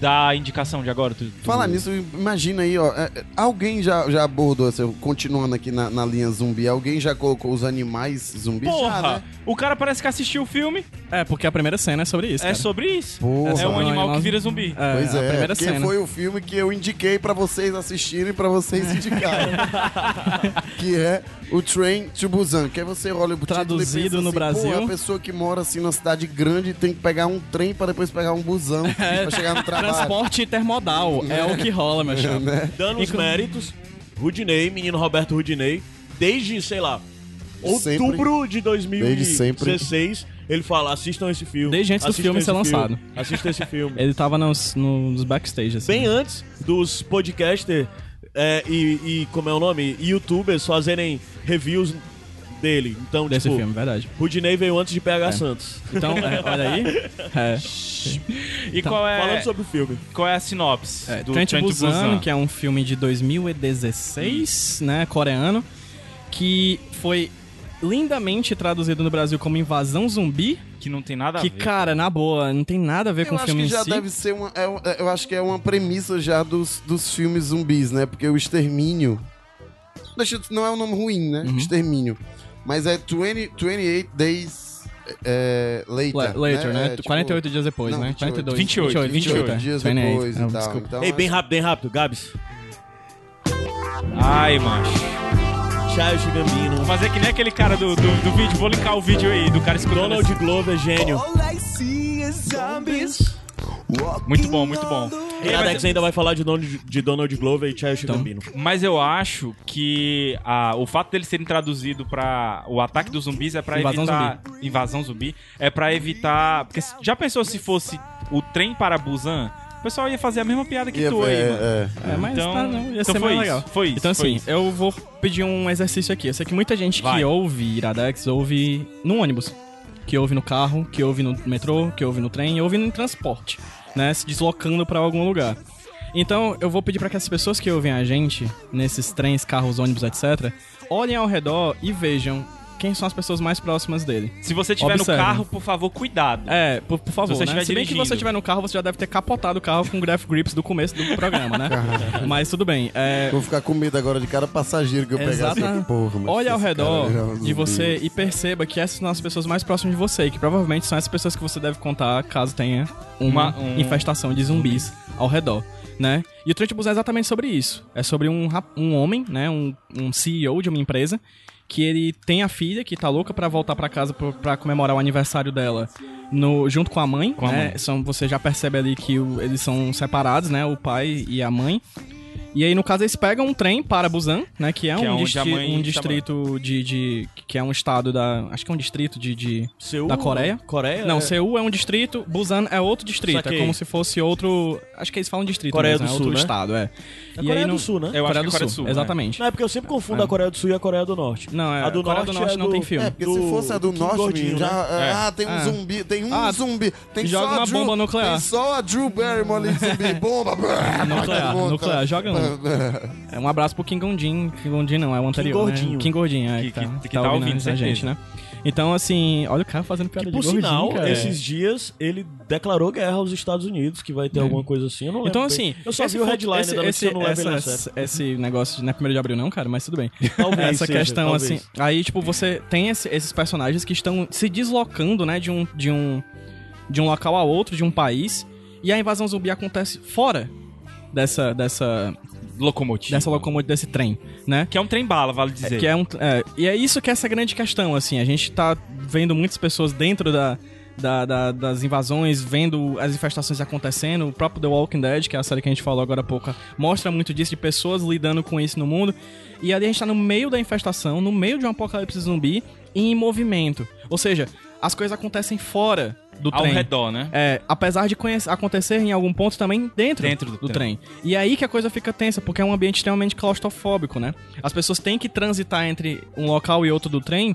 da indicação de agora? Tu, tu- Falar nisso, imagina aí, ó. é, é, Alguém já, já abordou, assim, continuando aqui na, na linha zumbi, alguém já colocou os animais zumbis? Porra! Já, né? O cara parece que assistiu o filme, É, porque a primeira cena é sobre isso. é cara. sobre isso. Porra. É um animal Nós- que vira zumbi. É, Pois a é, primeira que cena. foi o filme que eu indiquei pra vocês assistirem e pra vocês indicarem. que é o Train to Busan. Que aí você olha o título e Traduzido pensa no assim, Brasil. Pô, a pessoa que mora assim numa cidade grande tem que pegar um trem pra depois pegar um busão É, pra chegar no trabalho. Né? Transporte intermodal é o que rola, meu chapa. Dando os méritos, Rudinei, menino Roberto Rudinei, desde, sei lá, Sempre. outubro de Desde sempre. 2016, ele fala, assistam esse filme. Desde antes do assistam filme esse ser lançado. Assista esse filme. Ele tava nos, nos backstage, assim. Bem antes dos podcasters e, e, como é o nome, youtubers fazerem reviews dele. Então, desse tipo, filme, verdade. Rudinei veio antes de PH Santos. Então, é, olha aí. É. E qual é, Falando sobre o filme. qual é a sinopse É, do Trent, Trent Busan, Busan? que é um filme de 2016, né, coreano, que foi lindamente traduzido no Brasil como Invasão Zumbi, Que não tem nada a que, ver. cara, na boa, não tem nada a ver com o Eu acho filme que em já si. deve ser uma. é um- é- eu acho que é uma premissa já dos, dos filmes zumbis, né? Porque o Extermínio. Deixa, eu- não é um nome ruim, né? Uhum. Extermínio. Mas é 20, 28 Days é, Later. La- Later, né? É, tipo- 48 dias depois, Não, né? 28. 28, 28, 28, é. dias 28, depois é, e tal. desculpa. Então, Ei, é- bem rápido, bem rápido, Gabs. Ai, macho. Charles Gambino. Vou fazer que nem aquele cara do, do, do vídeo. Vou linkar o vídeo aí do cara escutando. Donald Glover, gênio. All I see is zombies. esse- Muito bom, muito bom. E a Dex ainda vai falar de Donald, de Donald Glover e Charles Então, Gambino. Mas eu acho que a- o fato deles serem traduzido pra o ataque dos zumbis é pra Invasão evitar invasão zumbi é pra evitar porque se- já pensou se fosse o trem para Busan o pessoal ia fazer a mesma piada que E é- tu aí é- mano. é. É, mas Então- tá, não, ia então ser foi mais isso, legal. foi isso, Então foi assim, isso. eu vou pedir um exercício aqui. Eu sei que muita gente Vai. que ouve Iradex ouve no ônibus, que ouve no carro, que ouve no metrô, que ouve no trem, ouve no transporte, né, se deslocando pra algum lugar. Então, eu vou pedir pra que as pessoas que ouvem a gente nesses trens, carros, ônibus, etc, olhem ao redor e vejam quem são as pessoas mais próximas dele. se você tiver Observe. no carro por favor cuidado É, por, por favor, Se né? você estiver Se bem que dirigindo. você estiver no carro, você já deve ter capotado o carro com o Graph Grips do começo do programa, né? Mas tudo bem. É, Vou ficar com medo agora de cada passageiro que eu pegar. Exata- assim, Porra, mas Olha ao esse redor cara é um zumbi. de você e perceba que essas são as pessoas mais próximas de você, que provavelmente são essas pessoas que você deve contar caso tenha uma, Uma- um- infestação de zumbis ao redor, né? E o Trent Busan é exatamente sobre isso. É sobre um, rap- um homem, né, um, um CEO de uma empresa que ele tem a filha que tá louca pra voltar pra casa pro- pra comemorar o aniversário dela no junto com a mãe, a né? mãe. São, você já percebe ali que o- eles são separados, né, o pai e a mãe. E aí, no caso, eles pegam um trem para Busan, né? Que é, Que é um, onde distri- a mãe um tá distrito de, de- Que é um estado da. Acho que é um distrito de. de- Seul, Da Coreia? Coreia? Não, é- Seul é um distrito, Busan é outro distrito. Saquei. É como se fosse outro. Acho que eles falam distrito, Coreia mesmo, do é Sul, outro né? estado, é. É Coreia do Sul, né? Coreia Eu acho que do é Coreia do Sul, Sul, é. exatamente. Não, é porque eu sempre confundo a Coreia do Sul e a Coreia do Norte. Ah. Não, é, a do Coreia Norte, do Norte é não do- tem filme. É, porque Do- se fosse a do do norte, gordinho, menino, já. né? é, Ah, tem um É. zumbi, tem um Ah, zumbi. Tem joga só a uma Drew- bomba nuclear. Ah, Tem só a Drew Barrymore ali de zumbi. Bomba. brrr, É. Nuclear, monta. nuclear, joga um. É, um abraço pro Kim Gondin. Kim Gondin não, é o anterior. né? Gordinho. Kim Gordinho, é. Que- tá, que- que tá ouvindo, a gente, certeza. né? Então, assim, olha o cara fazendo piada Por de gordinho, sinal, cara. esses dias ele declarou guerra aos Estados Unidos, que vai ter alguma coisa assim, eu não lembro. É. Então, bem. assim. eu só esse vi o fo- headline esse, da esse, notícia, eu não lembro essa- ele na série. esse negócio não é 1 de abril, não, cara, mas tudo bem. Talvez essa seja, questão, talvez. assim. Aí, tipo, você tem esse- esses personagens que estão se deslocando, né, de um, de um. de um local a outro, de um país. E a invasão zumbi acontece fora dessa. dessa. locomotiva dessa locomotiva, desse trem, né? que é um trem bala vale dizer Que é um, é, e é isso que é essa grande questão, assim. A gente tá vendo muitas pessoas dentro da, da- da- das invasões, vendo as infestações acontecendo. O próprio The Walking Dead, que é a série que a gente falou agora há pouco, mostra muito disso, de pessoas lidando com isso no mundo. E ali a gente tá no meio da infestação, no meio de um apocalipse zumbi, e em movimento. Ou seja, as coisas acontecem fora do ao trem. redor né É, apesar de conhece- acontecer em algum ponto também dentro, Dentro do trem. E é aí que a coisa fica tensa, porque é um ambiente extremamente claustrofóbico, né? As pessoas têm que transitar entre um local e outro do trem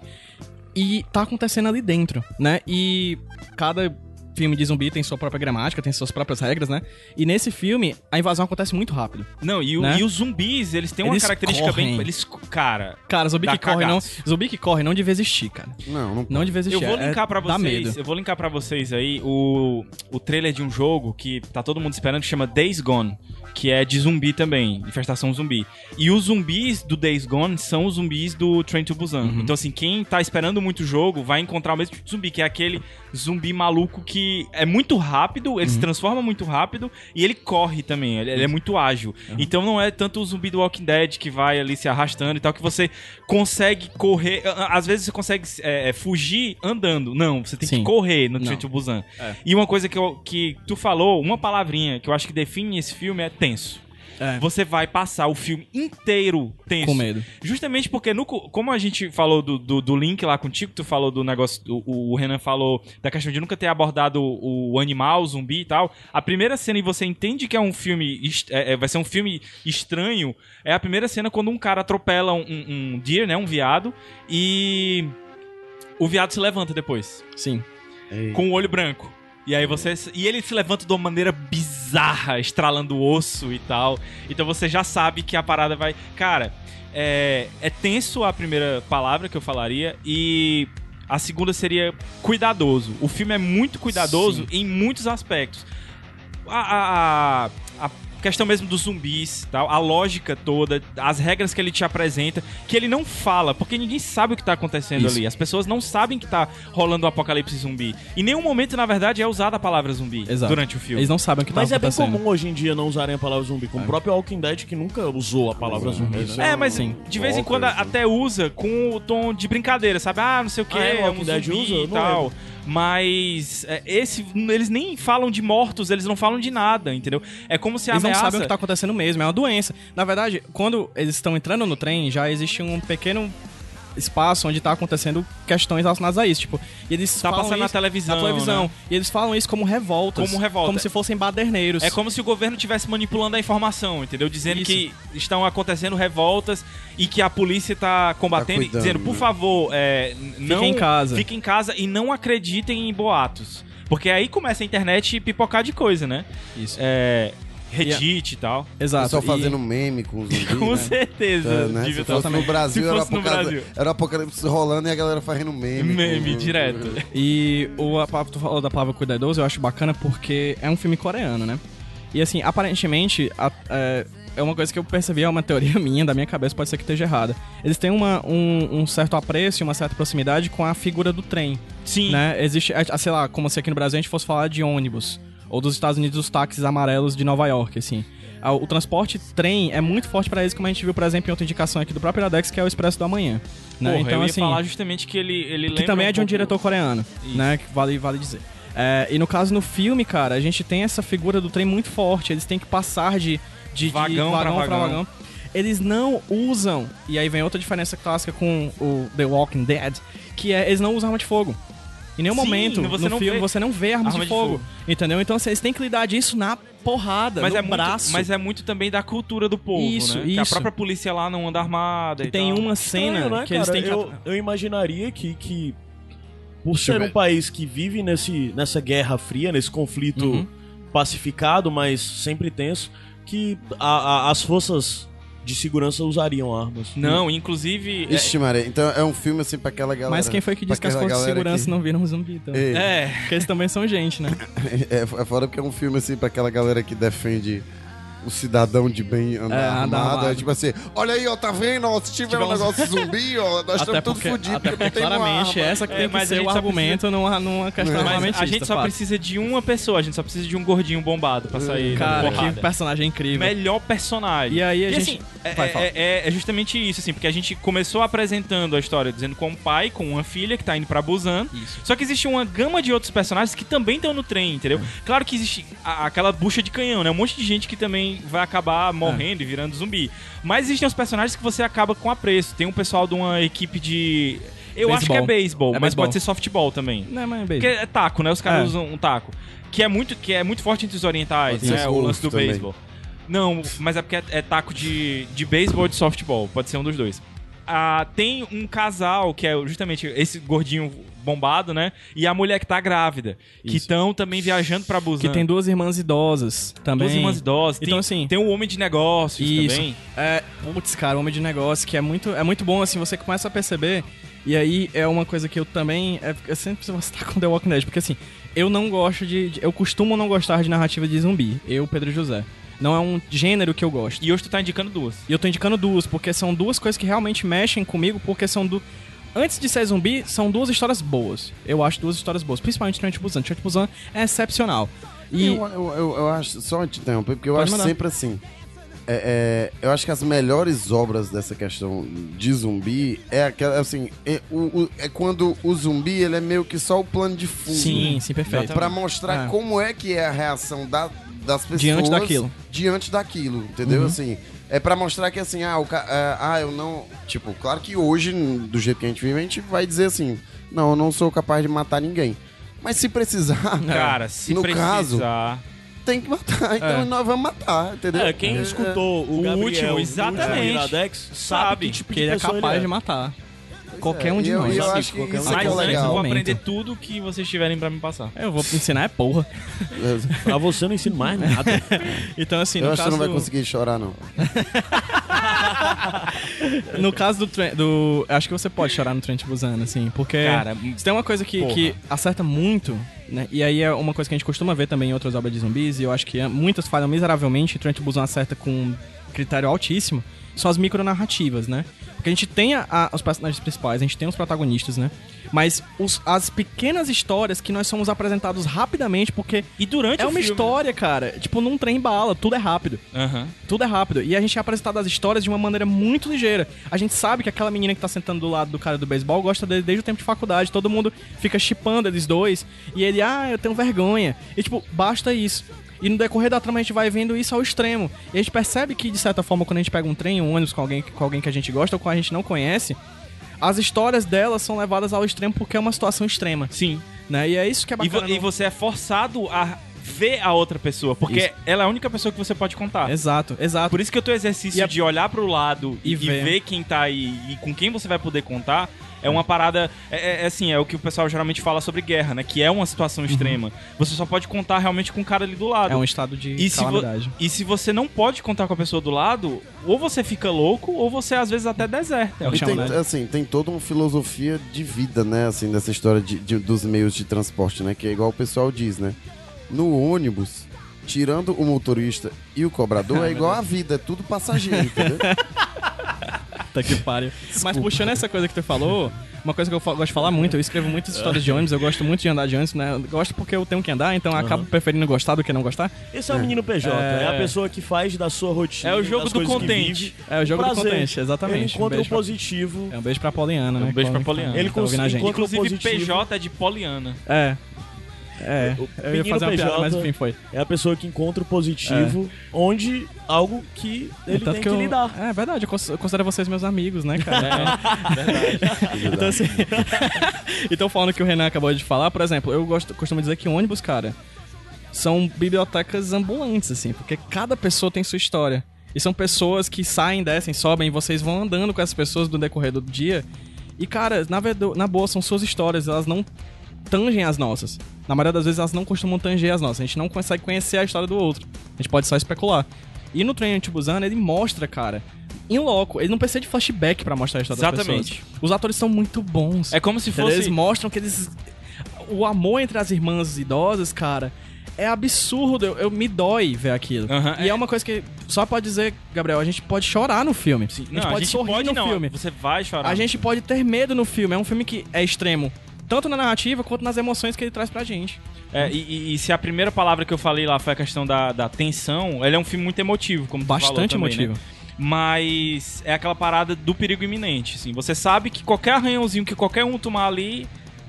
e tá acontecendo ali dentro, né? E cada filme de zumbi tem sua própria gramática, tem suas próprias regras, né? E nesse filme, a invasão acontece muito rápido. Não, e, o- Né? e os zumbis, eles têm uma Eles característica bem. correm. Eles. co- Cara. Cara, zumbi Dá que corre não, cagaço. zumbi que corre não devia existir, cara. Não, não. Não devia existir. Eu vou é- linkar pra Dá medo. vocês. Eu vou linkar para vocês aí o, o trailer de um jogo que tá todo mundo esperando que chama Days Gone, que é de zumbi também, infestação zumbi. E os zumbis do Days Gone são os zumbis do Train to Busan. Uhum. Então assim, quem tá esperando muito o jogo vai encontrar o mesmo tipo de zumbi, que é aquele zumbi maluco que é muito rápido, Uhum. ele se transforma muito rápido e ele corre também, ele, ele é muito ágil. Uhum. Então não é tanto o zumbi do Walking Dead que vai ali se arrastando e tal, que você consegue correr. a- a- Às vezes você consegue é, é, fugir andando. Não, você tem que Sim. correr no Não. Train to Busan. E uma coisa que, eu- que tu falou, uma palavrinha que eu acho que define esse filme é tenso. É. Você vai passar o filme inteiro tenso. Com medo. Justamente porque, no co- como a gente falou do, do, do link lá contigo, tu falou do negócio, o, o Renan falou da questão de nunca ter abordado o, o animal, o zumbi e tal. A primeira cena, e você entende que é um filme, est- é- é- vai ser um filme estranho, é a primeira cena quando um cara atropela um, um, um deer, né, um viado, e o viado se levanta depois, Sim. com o olho branco. E aí você. E ele se levanta de uma maneira bizarra, estralando o osso e tal. Então você já sabe que a parada vai. Cara, é, é tenso a primeira palavra que eu falaria e a segunda seria cuidadoso. O filme é muito cuidadoso em muitos aspectos. A, a- a- a questão mesmo dos zumbis, tal, a lógica toda, as regras que ele te apresenta, que ele não fala, porque ninguém sabe o que tá acontecendo Isso. ali. As pessoas não sabem que tá rolando o apocalipse zumbi. Em nenhum momento, na verdade, é usada a palavra zumbi Exato. durante o filme. Eles não sabem o que Mas tá é bem acontecendo. É. comum hoje em dia não usarem a palavra zumbi, como o próprio Walking Dead que nunca usou a palavra zumbi, né? É, mas Sim. né? de vez em quando até usa com o tom de brincadeira, sabe? Ah, não sei o que, Ah, é? é, um Walking Dead zumbi usa? Eu e não tal. Mas é, esse, eles nem falam de mortos, eles não falam de nada, entendeu? É como se a Eles não ameaça... sabem o que tá acontecendo mesmo, é uma doença. Na verdade, quando eles estão entrando no trem, já existe um pequeno espaço onde tá acontecendo questões relacionadas a isso, tipo, e eles Tá falam passando na isso- televisão, na televisão, né? e eles falam isso como revoltas, Como revolta. como se fossem baderneiros. É como se o governo estivesse manipulando a informação, entendeu? Dizendo Isso. que estão acontecendo revoltas e que a polícia está combatendo, Tá cuidando, dizendo, por né? favor, é, n- não em casa. fiquem em casa e não acreditem em boatos. Porque aí começa a internet pipocar de coisa, né? Isso. É, Reddit e tal. Exato. Só Tá, e- fazendo meme com os zumbis. Com né? certeza. Tá, né? devia Se estar- fosse no Brasil, Se era, fosse no apocalipse, Brasil. era apocalipse rolando e a galera fazendo meme. Meme, né? com- direto. E o a palavra- tu falou da palavra cuidadoso, eu acho bacana porque é um filme coreano, né? E assim, aparentemente, a- é, é uma coisa que eu percebi, é uma teoria minha, da minha cabeça, pode ser que esteja errada. Eles têm uma, um, um certo apreço e uma certa proximidade com a figura do trem. Sim. Né? Existe, é, sei lá, como se aqui no Brasil a gente fosse falar de ônibus. Ou dos Estados Unidos, os táxis amarelos de Nova York, assim. Ah, O transporte trem é muito forte pra eles, como a gente viu, por exemplo, em outra indicação aqui do próprio Iradex, que é o Expresso do Amanhã. Né? Porra, então, eu ia assim, falar justamente que ele, ele que lembra também é de um pouco- diretor coreano, Isso. né? Que vale, vale dizer. É, e no caso, no filme, cara, a gente tem essa figura do trem muito forte. Eles têm que passar de, de, de Vagão pra pra vagão. Eles não usam, e aí vem outra diferença clássica com o The Walking Dead, que é eles não usam arma de fogo. Em nenhum Sim, momento você no não filme vê você não vê arma, de, fogo, Entendeu? Então assim, eles têm que lidar disso na porrada, Mas no é, muito, braço. mas é muito também da cultura do povo, né? Um Isso, né? Que a isso. própria polícia lá não anda armada e, E tem um tal. uma cena Estranho, né, que eles cara? têm que. eu, eu imaginaria que, que por Deixa eu ser um ver. país que vive nesse, nessa guerra fria, nesse conflito Uhum. pacificado, mas sempre tenso, que a- a- as forças de segurança usariam armas. Não, inclusive. é- Ixi, Maria, então é um filme assim pra aquela galera. Mas quem foi que pra disse que as aquela forças de galera segurança que- não viram zumbi? Então? Ei, É, Porque eles também são gente, né? É, é foda porque é um filme assim pra aquela galera que defende o cidadão de bem andar É, andar armado. armado. É tipo assim, olha aí, ó, tá vendo? ó, se tiver Tiver um uns- negócio zumbi, ó, nós estamos todos fodidos. até porque tem uma claramente arma. essa que É, tem que mas a ser gente o só argumento numa, numa questão mas armamentista. a gente só fato. precisa de uma pessoa, a gente só precisa de um gordinho bombado pra né? sair Cara, da que porrada. personagem incrível. Melhor personagem. E aí a gente- assim, é, Vai, fala. é- é- é justamente isso, assim, porque a gente começou apresentando a história dizendo com um pai, com uma filha que tá indo pra Busan. Só que existe uma gama de outros personagens que também estão no trem, É. entendeu? Claro que existe a- aquela bucha de canhão, né? Um monte de gente que também vai acabar É. morrendo e virando zumbi. Mas existem os personagens que você acaba com apreço. Tem um pessoal de uma equipe de. Eu acho que é Beisebol. beisebol, É mas beisebol. pode ser softball também. Não, mas bem. Porque é taco, né? Os caras É. usam um taco. Que é muito, que é muito forte entre os orientais, Pode ser né? O golfe lance do também. beisebol. Não, mas é porque é, é taco de, de beisebol ou de softball. Pode ser um dos dois. a- tem um casal, que é justamente esse gordinho bombado, né? E a mulher que tá grávida. Que Isso. estão também viajando pra Busan. Que tem duas irmãs idosas também. É. duas irmãs idosas. Então, tem, assim, Tem um homem de negócios Isso. também. É, putz, cara, homem de negócio, que é muito, é muito bom, assim, você começa a perceber. E aí é uma coisa que eu também. É, eu sempre preciso estar com The Walking Dead, porque assim, eu não gosto de, de- Eu costumo não gostar de narrativa de zumbi. Eu, Pedro José. Não é um gênero que eu gosto. E hoje tu tá indicando duas. E eu tô indicando duas, porque são duas coisas que realmente mexem comigo, porque são do. Antes de ser zumbi, são duas histórias boas. Eu acho duas histórias boas, principalmente Trent Busan. Trent Busan é excepcional. E Eu, eu, eu- eu acho, só te interromper, porque eu Pode acho mandar. sempre assim. é, é, eu acho que as melhores obras dessa questão de zumbi é aquela, assim, é, o- o- é quando o zumbi ele é meio que só o plano de fundo. sim, sim, perfeito. Pra É. mostrar como é que é a reação da- das pessoas Diante daquilo. Uhum. diante daquilo, entendeu? Assim, é pra mostrar que assim, ah, o ca- é, ah, eu não, tipo, claro que hoje do jeito que a gente vive, a gente vai dizer assim, não, eu não sou capaz de matar ninguém. Mas se É. precisar, Cara, se no precisar. caso, tem que matar, então nós vamos matar, entendeu? É, quem escutou o, O Gabriel, último, no exatamente. Iradex, Sabe sabe que tipo que de ele é pessoa capaz ele de é. matar. É, Qualquer um de e eu- nós. e eu sabe? acho que Qualquer isso um é de Mas que é nós. o antes legal. eu vou Momento. aprender tudo que vocês tiverem pra me passar. Eu vou ensinar é porra. Pra você eu não ensino mais nada. Então, assim, Eu no acho que caso, tu não vai conseguir chorar, não. no caso do, Tren- do. Acho que você pode chorar no Trent Busan, assim, porque. Cara, se tem uma coisa que, porra. que acerta muito, né? E aí é uma coisa que a gente costuma ver também em outras obras de zumbis, e eu acho que é- muitas falham miseravelmente, e Trent Busan acerta com um critério altíssimo, são as micronarrativas, né? Porque a gente tem a- a- os personagens principais, a gente tem os protagonistas, né? Mas os- as pequenas histórias que nós somos apresentados rapidamente, porque E durante é o uma um filme- história, cara. Tipo, num trem bala, tudo é rápido. Aham. Tudo é rápido. E a gente é apresentado as histórias de uma maneira muito ligeira. A gente sabe que aquela menina que tá sentando do lado do cara do beisebol gosta dele desde o tempo de faculdade. Todo mundo fica chipando eles dois. E ele, ah, eu tenho vergonha. E tipo, basta isso. E no decorrer da trama a gente vai vendo isso ao extremo. E a gente percebe que, de certa forma, quando a gente pega um trem, um ônibus com alguém, com alguém que a gente gosta ou com a gente não conhece, as histórias delas são levadas ao extremo porque é uma situação extrema. Sim. Né? E é isso que é E, vo- bacana. e no- você é forçado a ver a outra pessoa, porque Isso. ela é a única pessoa que você pode contar. Exato, exato. Por isso que o teu exercício E a- de olhar pro lado e, E e ver. ver. quem tá aí e com quem você vai poder contar é uma parada. É, é- é assim, é o que o pessoal geralmente fala sobre guerra, né? Que é uma situação extrema. Você só pode contar realmente com o cara ali do lado. Uhum. É um estado de E se, vo- calamidade. e se você não pode contar com a pessoa do lado, ou você fica louco, ou você às vezes até deserta. É o E chamo, tem, né? assim, tem toda uma filosofia de vida, né? Assim, dessa história de- de- dos meios de transporte, né? Que é igual o pessoal diz, né? No ônibus, tirando o motorista e o Ah, cobrador, é igual a vida, é tudo passageiro, entendeu? Puta que pariu. Mas puxando essa coisa que tu falou, uma coisa que eu fa- gosto de falar muito, eu escrevo muitas histórias de ônibus, eu gosto muito de andar de ônibus, né? Eu gosto porque eu tenho que andar, então eu acabo preferindo gostar do que não gostar. Esse é o menino PJ, é. É. a pessoa que faz da sua rotina. É o jogo das do coisas que contente. vive, um É o jogo prazer. do contente, exatamente. Ele encontra um o beijo, pra... positivo. É um beijo pra Poliana, né? um beijo pra Que- Poliana. que Ele tá ouvindo a gente. encontra- Inclusive, positivo. PJ é de Poliana. É. É. Eu ia menino fazer uma piada, PJ, mas enfim, foi. É a pessoa que encontra o positivo, onde algo que ele Tanto tem que, eu- lidar. É verdade, eu cons- eu considero vocês meus amigos, né, cara? É, então, assim... então, falando que o Renan acabou de falar, por exemplo, eu gosto, costumo dizer que ônibus, cara, são bibliotecas ambulantes, assim, porque cada pessoa tem sua história. E são pessoas que saem, descem, sobem, e vocês vão andando com essas pessoas no decorrer do dia. E, cara, na, verdo- na boa, são suas histórias, elas não tangem as nossas. Na maioria das vezes elas não costumam tanger as nossas. A gente não consegue conhecer a história do outro. A gente pode só especular. E no trem Antibusana ele mostra, cara, em loco. Ele não precisa de flashback pra mostrar a história das Exatamente. pessoas. Os atores são muito bons. É como se Entendeu? Eles fosse. mostram que eles. O amor entre as irmãs idosas, cara, é absurdo. Eu, eu- me dói ver aquilo. Aham, e é. uma coisa que. Só pode dizer, Gabriel, a gente pode chorar no filme. a gente Não, pode sorrir no não, filme. Você vai chorar. A gente pode ter medo no filme. É um filme que é extremo. Tanto na narrativa quanto nas emoções que ele traz pra gente. É, e, e- e se a primeira palavra que eu falei lá foi a questão da, da tensão, ele é um filme muito emotivo, como tu falou Bastante também, emotivo. né? Mas é aquela parada do perigo iminente, assim. Você sabe que qualquer arranhãozinho que qualquer um tomar ali,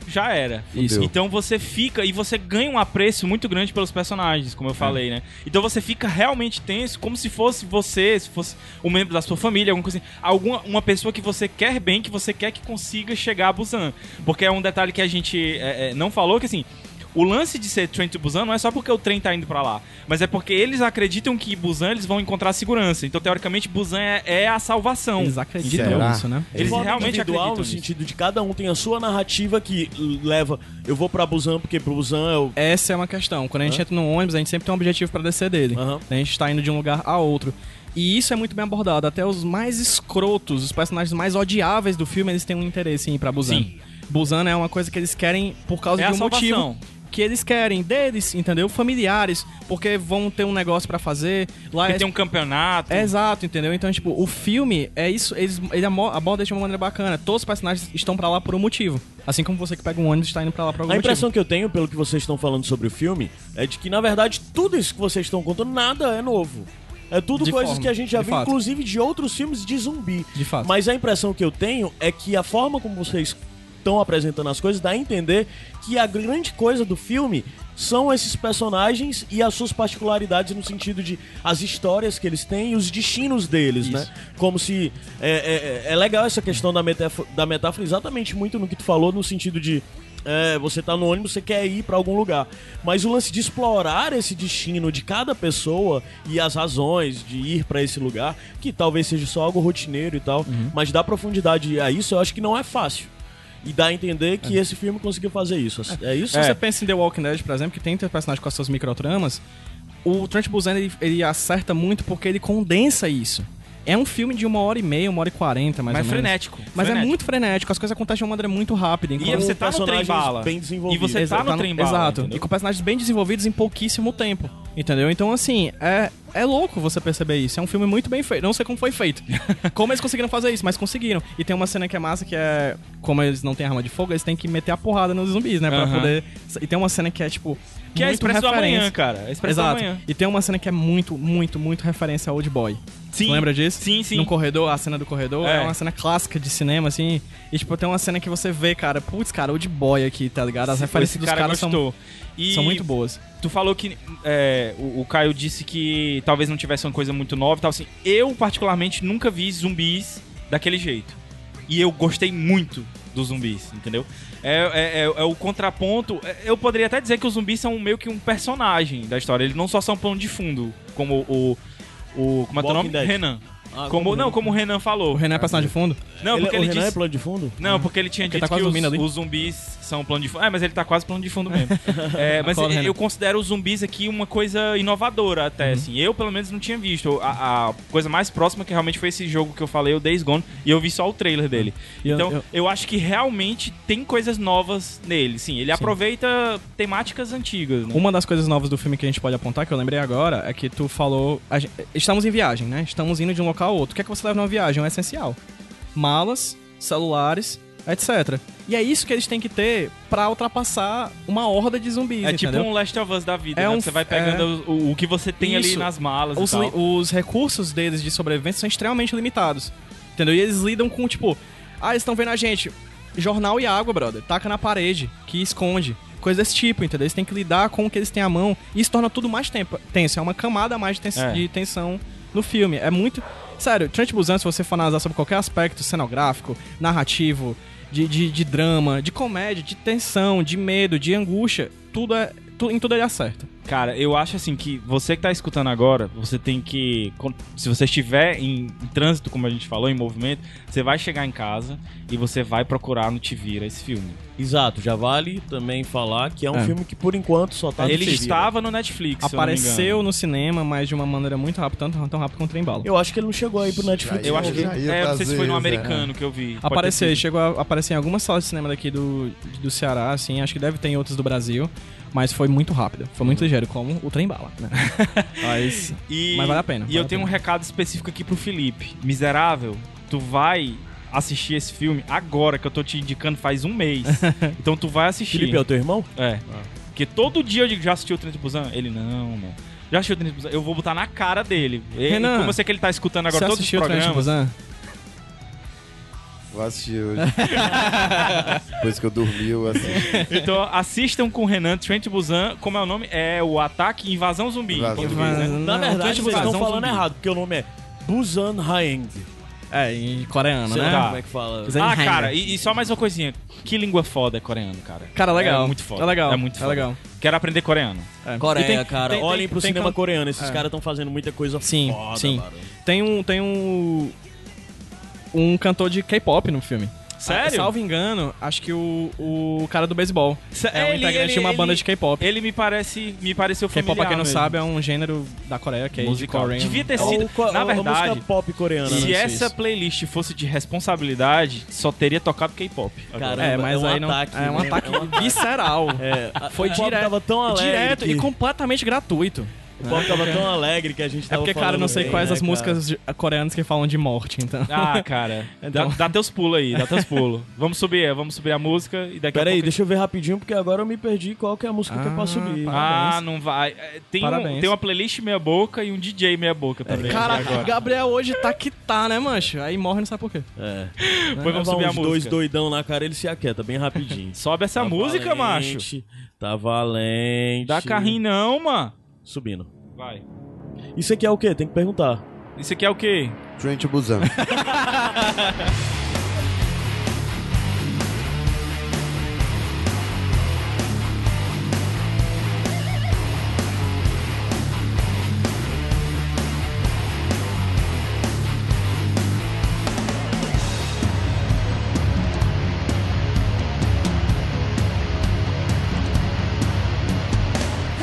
já era. Isso. Então você fica e você ganha um apreço muito grande pelos personagens, como eu falei, né? Então você fica realmente tenso, como se fosse você, se fosse um membro da sua família, alguma coisa assim, alguma uma pessoa que você quer bem, que você quer que consiga chegar a Busan. Porque é um detalhe que a gente é, é, não falou, que assim, O lance de ser trem to Busan não é só porque o trem tá indo pra lá, mas é porque eles acreditam que em Busan eles vão encontrar segurança. Então, teoricamente, Busan é, é a salvação. Eles acreditam Será? nisso, né? Eles forma realmente individual, acreditam no nisso. sentido de cada um tem a sua narrativa que leva. Eu vou pra Busan porque pro Busan eu. Essa é uma questão. Quando a gente entra no ônibus, a gente sempre tem um objetivo pra descer dele. Aham. A gente tá indo de um lugar a outro. E isso é muito bem abordado. Até os mais escrotos, os personagens mais odiáveis do filme, eles têm um interesse em ir pra Busan. Sim. Busan é uma coisa que eles querem por causa É de a um salvação. motivo que eles querem deles, entendeu? Familiares, porque vão ter um negócio pra fazer. Lá Porque é tem um campeonato. é Exato, entendeu? Então, tipo, o filme é isso, eles, ele amo- aborda de uma maneira bacana. Todos os personagens estão pra lá por um motivo. Assim como você que pega um ônibus está indo pra lá por algum A impressão que eu tenho, pelo que vocês estão falando sobre o filme, é de que, na verdade, tudo isso que vocês estão contando, nada é novo. É tudo De coisas forma, que a gente já de viu, fato. inclusive de outros filmes de zumbi. De fato. Mas a impressão que eu tenho é que a forma como vocês estão apresentando as coisas dá a entender que a grande coisa do filme são esses personagens e as suas particularidades no sentido de as histórias que eles têm e os destinos deles, né? Como se... É, é- é legal essa questão da metáfora, da metáfora exatamente muito no que tu falou, no sentido de é, você tá no ônibus, você quer ir pra algum lugar. Mas o lance de explorar esse destino de cada pessoa e as razões de ir pra esse lugar, que talvez seja só algo rotineiro e tal, Uhum. mas dar profundidade a isso, eu acho que não é fácil. E dá a entender que É. esse filme conseguiu fazer isso. É isso? Se você pensa em The Walking Dead, por exemplo, que tem personagens com as suas microtramas, o Trent Busan ele, ele acerta muito porque ele condensa isso. É um filme de uma hora e meia, uma hora e quarenta, mais Mas ou menos. frenético, Mas é frenético. muito frenético, as coisas acontecem de uma maneira muito rápida. E enquanto- você tá no trem personagens bala. bem e desenvolvidos. você tá Exato, no trem bala. Exato. entendeu? E com personagens bem desenvolvidos em pouquíssimo tempo. Entendeu? Então, assim, é, é louco você perceber isso. É um filme muito bem feito. Não sei como foi feito. como eles conseguiram fazer isso, mas conseguiram. E tem uma cena que é massa que é. Como eles não têm arma de fogo, eles têm que meter a porrada nos zumbis, né? Pra Aham. poder. E tem uma cena que é, tipo. Que é a muito Expresso do referência. Amanhã, cara. É Expresso do Exato. Amanhã. E tem uma cena que é muito, muito, muito referência a Old Boy. Sim. Tu lembra disso? Sim, sim. No corredor, a cena do corredor é. É. uma cena clássica de cinema, assim. E, tipo, tem uma cena que você vê, cara, putz, cara, Old Boy aqui, tá ligado? As referências Esse dos cara caras são, gostou. E são muito boas. Tu falou que é, o, o Caio disse que talvez não tivesse uma coisa muito nova e tal. Assim, eu, particularmente, nunca vi zumbis daquele jeito. E eu gostei muito dos zumbis, entendeu? É, é- é- é o contraponto. é- Eu poderia até dizer que os zumbis são meio que um personagem da história. Eles não só são plano de fundo, como o. o como é teu Walking nome? Dead. Renan. Ah, como, não, como o Renan falou. O Renan é personagem de fundo? Não, Ele- porque o ele, Renan disse. é plano de fundo? Não, porque ele tinha Porque dito tá quase que os, dormindo ali. os zumbis são plano de fundo. É, mas ele tá quase plano de fundo mesmo. É, Acorda, mas eu, Tá Renan. Uhum. eu considero os zumbis aqui uma coisa inovadora até, assim. Eu, pelo menos, não tinha visto. A, a coisa mais próxima que realmente foi esse jogo que eu falei, o Days Gone, e eu vi só o trailer dele. E eu- então, eu, eu- acho que realmente tem coisas novas nele, sim. Ele aproveita temáticas antigas, né? Uma das coisas novas do filme que a gente pode apontar, que eu lembrei agora, é que tu falou. a gen- estamos em viagem, né? Estamos indo de um local a outro. O que é que você leva numa viagem? É um essencial: malas, celulares, etc. E é isso que eles têm que ter pra ultrapassar uma horda de zumbis. É tipo entendeu? um Last of Us da vida, É né? um- Você vai pegando é. o, o que você tem ali Isso. nas malas os, e tal. li- os recursos deles de sobrevivência são extremamente limitados. Entendeu? E eles lidam com, tipo, ah, eles estão vendo a gente. Jornal e água, brother. Taca na parede, que esconde. Coisa desse tipo, entendeu? Eles têm que lidar com o que eles têm à mão. E isso torna tudo mais tempo, tenso. É uma camada a mais de, tens- É. de tensão no filme. É muito. Sério, Trent Busan, se você for analisar sobre qualquer aspecto cenográfico, narrativo, de, de, de drama, de comédia, de tensão, de medo, de angústia, tudo é. tu- em tudo ele acerta. Cara, eu acho assim que você que tá escutando agora, você tem que. con- Se você estiver em, em trânsito, como a gente falou, em movimento, você vai chegar em casa e você vai procurar no Tivira esse filme. Exato, já vale também falar que é um É. filme que por enquanto só tá no Ele Tivira. estava no Netflix. se eu não me apareceu no cinema, mas de uma maneira muito rápida, tanto tão rápido quanto em bala. Eu acho que ele não chegou aí pro Netflix. engano. Eu acho que. Já ia É, não sei se foi no fazer isso, americano que eu vi. Pode é. Apareceu, ter ele sido. chegou a aparecer em algumas salas de cinema daqui do, do Ceará, assim, acho que deve ter em outras do Brasil, mas foi muito rápido, foi Uhum. muito ligeiro, como o trem bala, né? mas, E, mas vale a pena. E vale eu a tenho um pena. recado específico aqui pro Felipe. Miserável, tu vai assistir esse filme agora que eu tô te indicando faz um mês. então tu vai assistir. Felipe é o teu irmão? É. Ah. Porque todo dia eu digo, já assistiu o Trem de Busan? Ele, não, mano. Já assistiu o Trem de Busan? Eu vou botar na cara dele. E, Renan, e como eu sei que ele tá escutando agora Você todos os assistiu o trem de programas... Busan? Vou assistir hoje. Depois que eu dormi, eu assisti. Então assistam com o Renan, Trent Busan, como é o nome? É o Ataque Invasão Zumbi. em Invasão português, né? Não, Na o verdade, Trem de vocês Busan- estão Invasão falando Zumbi. errado, porque o nome é Busan Haeng. É, em coreano, Sei né? lá como é que fala. Ah, cara, e, e só mais uma coisinha. Que língua foda é coreano, cara. Cara, legal. É muito foda. É legal. É muito É foda. legal. Quero aprender coreano. É. Coreia, E tem- cara. tem- Olhem tem- pro tem cinema can- coreano. Esses É. caras estão fazendo muita coisa Sim, foda, sim. mano. Tem um. Tem um. Um cantor de K-pop no filme. Sério? Ah, salvo engano, acho que o, o cara do beisebol. Se- É um ele- integrante de ele- uma banda ele- de K-pop. Ele me parece. Me pareceu familiar. K-pop, pra quem não mesmo. sabe, é um gênero da Coreia, que é de Musical. Korean. Devia ter É o- sido. co- na a- a verdade, música pop coreana. se né? essa playlist fosse de responsabilidade, só teria tocado K-pop. Caramba, É, mas é um aí não. ataque, é um né? ataque É um ataque. visceral. É, a- Foi o Bob direto. Tava tão alegre Direto que- e completamente gratuito. O Bob tava tão alegre que a gente É tava porque, cara, eu não falando sei bem, quais né, as cara? músicas de- eh, coreanas que falam de morte, então. Ah, cara. Então. Dá, dá teus pulos aí, dá teus pulos. vamos subir, vamos subir a música e daqui Pera a aí, pouco. deixa eu ver rapidinho, porque agora eu me perdi qual que é a música que é pra Ah, subir. Ah, não vai. É, Tem, um- Parabéns. tem uma playlist meia boca e um DJ meia É, boca também. Cara, né? agora. Gabriel hoje tá que tá, né, mancho? Aí morre, não sabe por quê. É. Depois vamos Tava subir a uns dois música. doidão na cara, ele se aquieta bem rapidinho. Sobe essa Tá música, macho. valente, Tá valente. Dá carrinho não, mano. Subindo. Vai. Isso aqui é o quê? Tem que perguntar. Isso aqui é o quê? Trent Busan.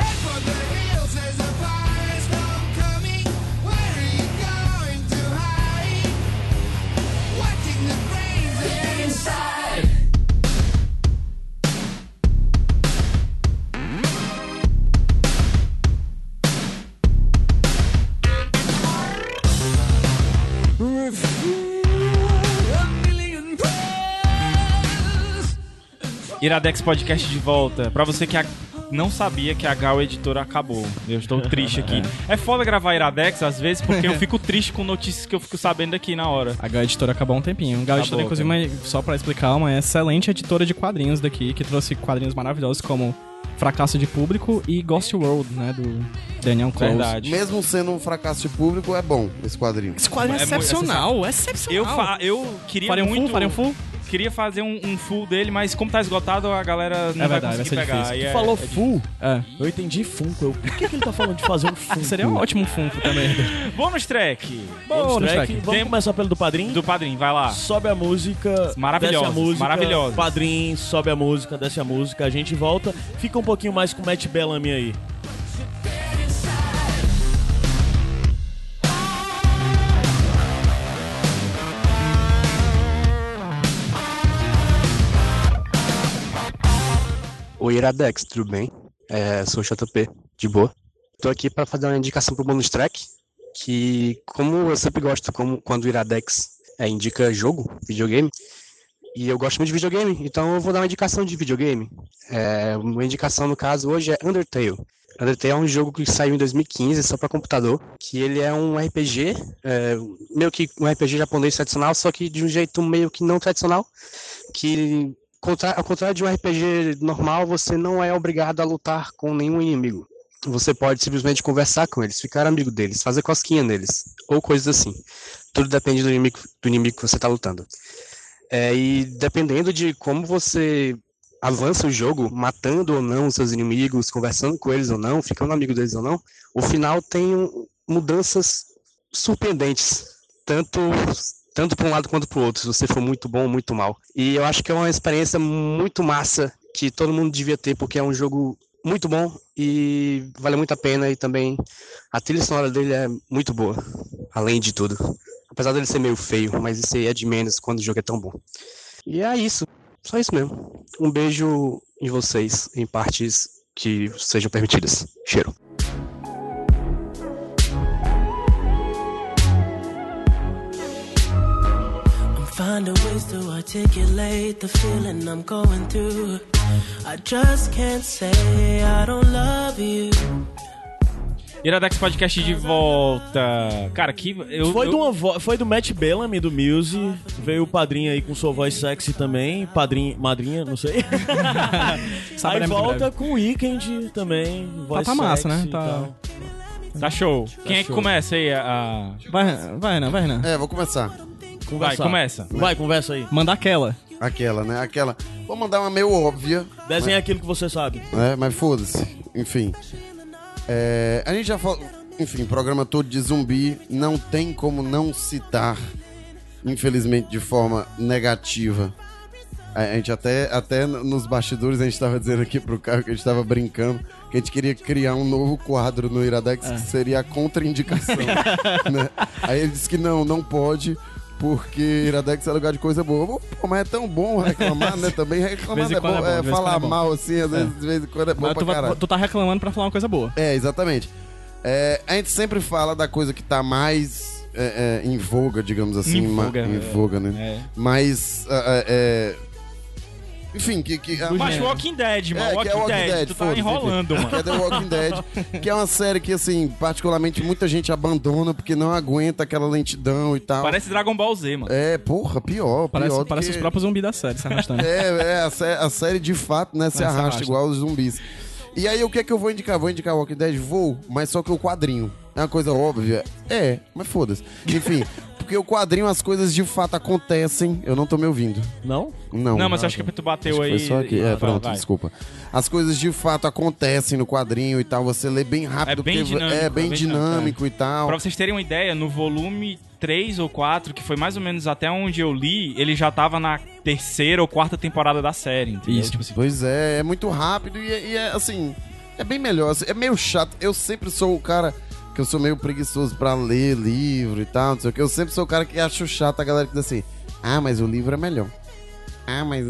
Head for the hills, there's a firestorm coming. Where are you going to hide? Watching the brains get inside. A million prayers. Iradex Podcast de volta. Pra você que a- não sabia que a Gal Editora acabou. Eu estou triste aqui. É foda gravar Iradex às vezes porque eu fico triste com notícias que eu fico sabendo aqui na hora. A Gal Editora acabou há um tempinho. A Gal Editora, Acabou, inclusive, uma- só pra explicar, uma excelente editora de quadrinhos daqui, que trouxe quadrinhos maravilhosos como Fracasso de Público e Ghost World, né, do Daniel Close. Verdade. Mesmo sendo um fracasso de público, é bom esse quadrinho. Esse quadrinho é, É mu- excepcional, Eu, excepcional. fa- eu queria Faria um muito... full, faria um full? Queria fazer um, um full dele, mas como tá esgotado, a galera não É vai verdade, conseguir vai ser pegar. difícil. E é- Falou é difícil. full? É. Eu entendi Funko. Eu- Por que, que ele tá falando de fazer um Funko? Seria um ótimo Funko também. Bônus track Vamos, Bônus track. track. Vamos Tem- começar pelo do Padrim? do padrinho, vai lá. Sobe a música, Maravilhosas, desce a música, maravilhosas. Padrim, sobe a música, desce a música, a gente volta. Fica um pouquinho mais com o Matt Bellamy aí. Oi, Iradex, tudo bem? É, sou o JP, de boa. Tô aqui para fazer uma indicação pro bonus track, que como eu sempre gosto como, quando o Iradex é, indica jogo, videogame, e eu gosto muito de videogame, então eu vou dar uma indicação de videogame. É, uma indicação, no caso, hoje é Undertale. Undertale é um jogo que saiu em 2015, só para computador, que ele é um RPG, é, meio que um RPG japonês tradicional, só que de um jeito meio que não tradicional, que contra- ao contrário de um RPG normal, você não é obrigado a lutar com nenhum inimigo. Você pode simplesmente conversar com eles, ficar amigo deles, fazer cosquinha neles, ou coisas assim. Tudo depende do inimigo, do inimigo que você está lutando. É, e dependendo de como você avança o jogo, matando ou não os seus inimigos, conversando com eles ou não, ficando amigo deles ou não, o final tem um- mudanças surpreendentes, tanto tanto para um lado quanto para o outro, se você for muito bom ou muito mal. E eu acho que é uma experiência muito massa que todo mundo devia ter, porque é um jogo muito bom e vale muito a pena. E também a trilha sonora dele é muito boa, além de tudo. Apesar dele ser meio feio, mas isso aí é de menos quando o jogo é tão bom. E é isso, só isso mesmo. Um beijo em vocês, em partes que sejam permitidas. Cheiro. I'm finding ways to articulate the feeling I'm going through. I just can't say I don't love you. Iradex Podcast de volta. Cara, que. Eu, Foi, eu- de uma vo- foi do Matt Bellamy, do Muse. Veio o Padrinho aí com sua voz sexy também. Padrinho, madrinha, não sei. aí Saberemos em volta com o Weekend também. Voz tá massa, sexy né? e Tá- tal. Tá show. Quem é que show. começa aí? A... é Vai, vai, Renan, vai, Renan. É, vou começar. Conversar. Vai, começa. Vai, conversa aí. Manda aquela. Aquela, né? Aquela. Vou mandar uma meio óbvia, Desenha aquilo que você sabe. né? Mas foda-se. Enfim. É, a gente já falou. Enfim, programa todo de zumbi. Não tem como não citar, infelizmente, de forma negativa. A, a gente até, até no- nos bastidores a gente tava dizendo aqui pro Caio que a gente tava brincando que a gente queria criar um novo quadro no Iradex É. que seria a contraindicação. né? Aí ele disse que não, não pode. Porque Iradex é lugar de coisa boa. Pô, mas é tão bom reclamar, né? Também reclamar De vez em é bom. quando é bom, de é, vez em falar quando é bom. mal, assim, às vezes de vez em quando é bom Mas pra tu, vai- caralho. tu tá reclamando pra falar uma coisa boa. É, exatamente. É, a gente sempre fala da coisa que tá mais é, é, em voga, digamos assim. Em ma- voga, em é. voga, né? É. Mas. é, é, é, enfim, que. que a- Mas Walking Dead, mano. É, que Walking, é Walking Dead. Dead, Tu tá foda-se, enrolando, enfim. mano. que é The Walking Dead, que é uma série que, assim, particularmente muita gente abandona porque não aguenta aquela lentidão e tal. Parece Dragon Ball Z, mano. É, porra, pior, Parece, pior do parece que- os próprios zumbis da série se arrastando. É, é, a, sé- a série de fato, né, se É, se arrasta, arrasta. igual os zumbis. E aí, o que é que eu vou indicar? Vou indicar Walking Dead? Vou, mas só que o quadrinho. É uma coisa óbvia? É, mas foda-se. Enfim, porque o quadrinho, as coisas de fato acontecem. Eu não tô me ouvindo. Não? Não. Não, mas eu acho é que é tu Acho bateu que aí. Foi só aqui. É, Ah, pronto, vai. desculpa. As coisas de fato acontecem no quadrinho e tal. Você lê bem rápido. É bem porque dinâmico, é bem, é bem dinâmico e tal. Pra vocês terem uma ideia, no volume 3 ou 4, que foi mais ou menos até onde eu li, ele já tava na terceira ou quarta temporada da série, entendeu? Isso. Tipo assim, Pois é, é muito rápido e, é- e é assim, é bem melhor. assim, É meio chato. Eu sempre sou o cara que eu sou meio preguiçoso pra ler livro e tal, não sei o que. Eu sempre sou o cara que acho chato a galera que diz assim: ah, mas o livro é melhor. Ah, mas.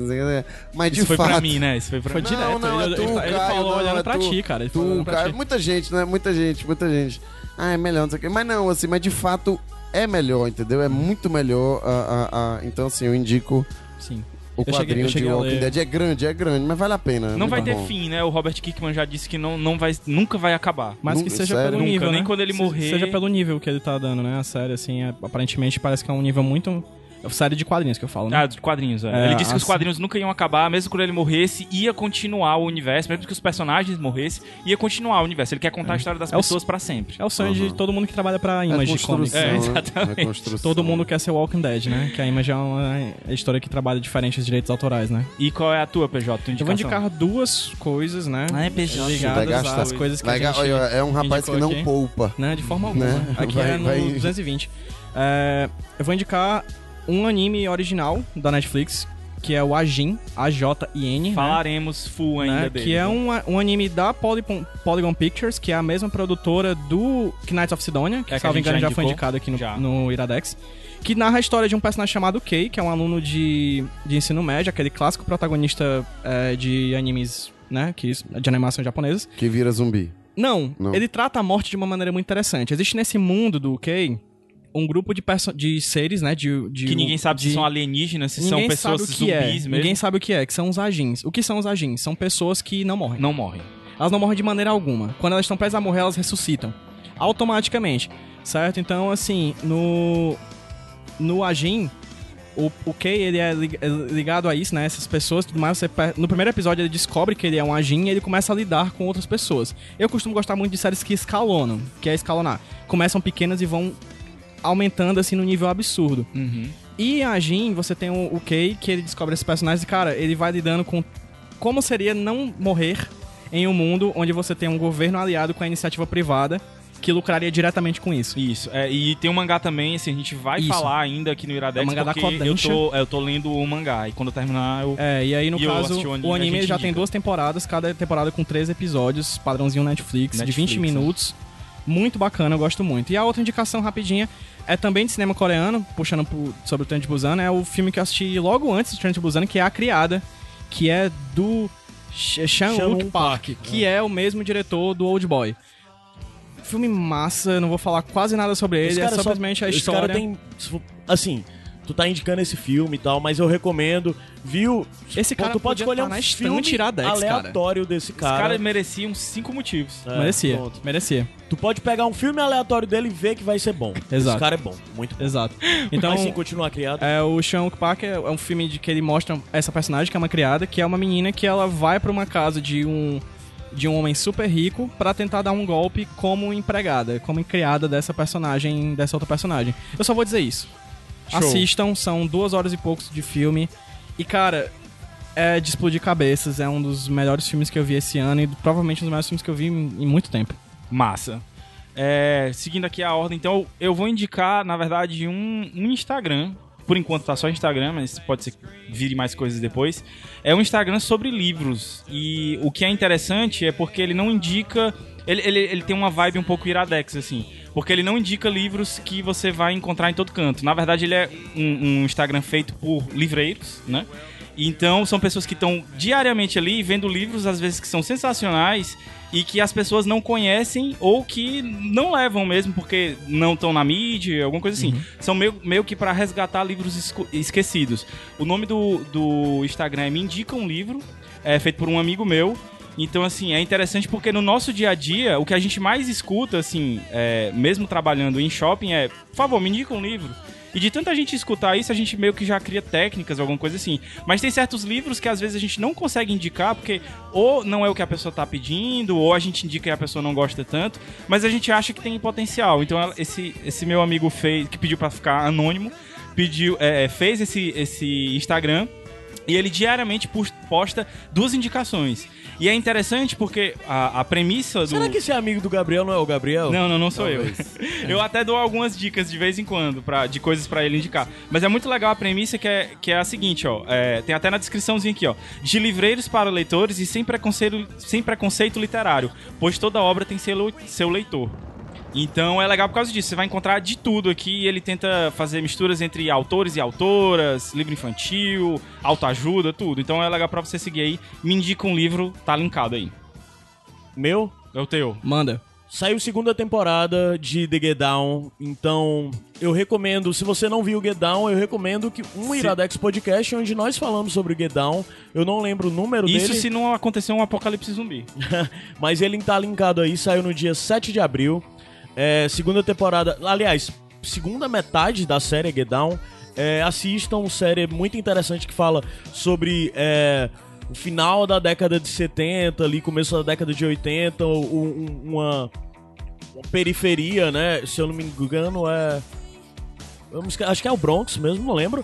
Mas de isso foi fato. pra mim, né? Isso foi pra Foi mim. direto. Não, não, ele, é tu, ele- ele Caio, falou não, olhando é pra tu. ti, cara. Ele falou Tu, olhando pra cara, ti. muita gente, né? Muita gente, muita gente. Ah, é melhor, não sei o quê. Mas não, assim, mas de fato é melhor, entendeu? É muito melhor. ah, ah, ah. Então, assim, eu indico Sim. o Eu cheguei- eu quadrinho cheguei de a Walking ler. Dead. É grande, é grande, mas vale a pena. é Não muito vai ter bom. fim, né? O Robert Kirkman já disse que não, não vai, nunca vai acabar. Mas que Nunca, seja sério? pelo Nunca, nível, nem né? quando ele Se- morrer. Seja pelo nível que ele tá dando, né? A série, assim, é- aparentemente parece que é um nível muito... é Série de quadrinhos que eu falo, né? Ah, dos quadrinhos, é. É, Ele disse que os assim- quadrinhos nunca iam acabar, mesmo quando ele morresse, ia continuar o universo, mesmo que os personagens morressem, ia continuar o universo. Ele quer contar a história das É o- pessoas pra sempre. É o sonho de todo mundo que trabalha pra É Image Comics. construção, né? É, né? exatamente. É construção. Todo mundo quer ser Walking Dead, né? Que a Image é uma história que trabalha diferente os direitos autorais, né? E qual é a tua, PJ? Tua Eu vou indicação? indicar duas coisas, né? Ah, PJ. Vai Ligadas gastar. às coisas que Vai a ga- gente... olha, é um rapaz indicou que não aqui. poupa. Não, de forma alguma. Né? Aqui Vai- é no vai- 220. É, eu vou indicar um anime original da Netflix, que é o Ajin, A-J-I-N. né? Falaremos full ainda Né? dele. Que é um, a- um anime da Polygon, Polygon Pictures, que é a mesma produtora do Knights of Sidonia, que, É, que a salvo gente engano, já já foi indicou. indicado aqui no, Já. no Iradex. Que narra a história de um personagem chamado Kei, que é um aluno de, de ensino médio, aquele clássico protagonista é, de animes, né? Que, de animação japonesa. Que vira zumbi. Não, Não. ele trata a morte de uma maneira muito interessante. Existe nesse mundo do Kei um grupo de, perso- de seres, né? De, de- Que ninguém sabe se de- são alienígenas, né? se são ninguém pessoas sabe o que zumbis é. mesmo. Ninguém sabe o que é, que são os agins. O que são os agins? São pessoas que não morrem. Não morrem. Elas não morrem de maneira alguma. Quando elas estão presas a morrer, elas ressuscitam. Automaticamente. Certo? Então, assim, no. No Agin, o, o Kei, ele é lig- é ligado a isso, né? Essas pessoas e tudo mais. Você pe- no primeiro episódio, ele descobre que ele é um Agin e ele começa a lidar com outras pessoas. Eu costumo gostar muito de séries que escalonam, que é escalonar. Começam pequenas e vão aumentando, assim, no nível absurdo. Uhum. E a Jin, você tem o, o Kei, que ele descobre esses personagens e, cara, ele vai lidando com como seria não morrer em um mundo onde você tem um governo aliado com a iniciativa privada que lucraria diretamente com isso. Isso. É, e tem um mangá também, assim, a gente vai Isso. falar ainda aqui no Iradex, É o mangá da porque eu Kodansha. tô, é, eu tô lendo o mangá. E quando eu terminar, eu... É, e aí, no E eu caso, assisti o o anime, anime, a gente já tem indica. duas temporadas, cada temporada com três episódios, padrãozinho Netflix, de Netflix, 20 né? minutos. Muito bacana, eu gosto muito. E a outra indicação rapidinha é também de cinema coreano, puxando pro- sobre o Trent Busan, é o filme que eu assisti logo antes de Trent Busan, que é A Criada, que é do Sh- Chan-wook Chan-wook Park, que é. o mesmo diretor do Old Boy. Filme massa, eu não vou falar quase nada sobre ele, Esse é cara só- simplesmente a esse história. Cara tem, assim, tu tá indicando esse filme e tal, mas eu recomendo. Viu? Esse cara tu pode podia escolher tá um na filme estante Iradex, cara. é aleatório desse Esse cara, cara. merecia uns cinco motivos. É, merecia, pronto. merecia. Tu pode pegar um filme aleatório dele e ver que vai ser bom. Esse Exato. cara é bom, muito bom. Exato. Então, mas sim, continua criado. É, o Sean Park é é um filme de que ele mostra essa personagem, que é uma criada, que é uma menina que ela vai pra uma casa de um de um homem super rico pra tentar dar um golpe como empregada, como criada dessa personagem, dessa outra personagem. Eu só vou dizer isso. Show. Assistam, são duas horas e poucos de filme. E, cara, é de explodir cabeças. É um dos melhores filmes que eu vi esse ano e provavelmente um dos melhores filmes que eu vi em, em muito tempo. Massa. É, seguindo aqui a ordem, então eu vou indicar, na verdade, um, um Instagram. Por enquanto tá só Instagram, mas pode ser que vire mais coisas depois. É um Instagram sobre livros. E o que é interessante é porque ele não indica. Ele, ele, ele tem uma vibe um pouco iradex, assim. Porque ele não indica livros que você vai encontrar em todo canto. Na verdade, ele é um, um Instagram feito por livreiros, né? Então, são pessoas que estão diariamente ali vendo livros, às vezes que são sensacionais e que as pessoas não conhecem ou que não levam mesmo porque não estão na mídia, alguma coisa assim. São meio, meio que para resgatar livros esco- esquecidos. O nome do, do Instagram é Me Indica um Livro, é feito por um amigo meu. Então, assim, é interessante porque no nosso dia a dia, o que a gente mais escuta, assim, é, mesmo trabalhando em shopping, é: por favor, me indica um livro. E de tanta gente escutar isso, a gente meio que já cria técnicas, alguma coisa assim. Mas tem certos livros que às vezes a gente não consegue indicar, porque ou não é o que a pessoa tá pedindo, ou a gente indica e a pessoa não gosta tanto, mas a gente acha que tem potencial. Então ela- esse, esse meu amigo fez, que pediu pra ficar anônimo, pediu, é, fez esse, esse Instagram e ele diariamente pus- posta duas indicações. E é interessante porque a, a premissa do. Será que esse amigo do Gabriel não é o Gabriel? Não, não, não sou Talvez. eu. Eu até dou algumas dicas de vez em quando pra, de coisas pra ele indicar. Mas é muito legal a premissa que é, que é a seguinte, ó. É, tem até na descriçãozinha aqui, ó. De livreiros para leitores e sem preconceito, sem preconceito literário, pois toda obra tem seu, lo- seu leitor. Então é legal por causa disso, você vai encontrar de tudo aqui. é Ele tenta fazer misturas entre autores e autoras, livro infantil, autoajuda, tudo. Então é legal pra você seguir aí. Me indica um livro, tá linkado aí. Meu? É o teu. Manda. Saiu segunda temporada de The Get Down, então eu recomendo, se você não viu Get Down, eu recomendo que um Iradex Podcast onde nós falamos sobre Get Down. Eu não lembro o número Isso dele. se não acontecer um apocalipse zumbi. Mas ele tá linkado aí, saiu no dia 7 de abril. É, segunda temporada. Aliás, segunda metade da série Get Down. É, assistam, série muito interessante que fala sobre. é, o final da década de 70, ali, começo da década de 80, um- um- uma, uma periferia, né? Se eu não me engano, é. eu me esque- acho que é o Bronx mesmo, não lembro.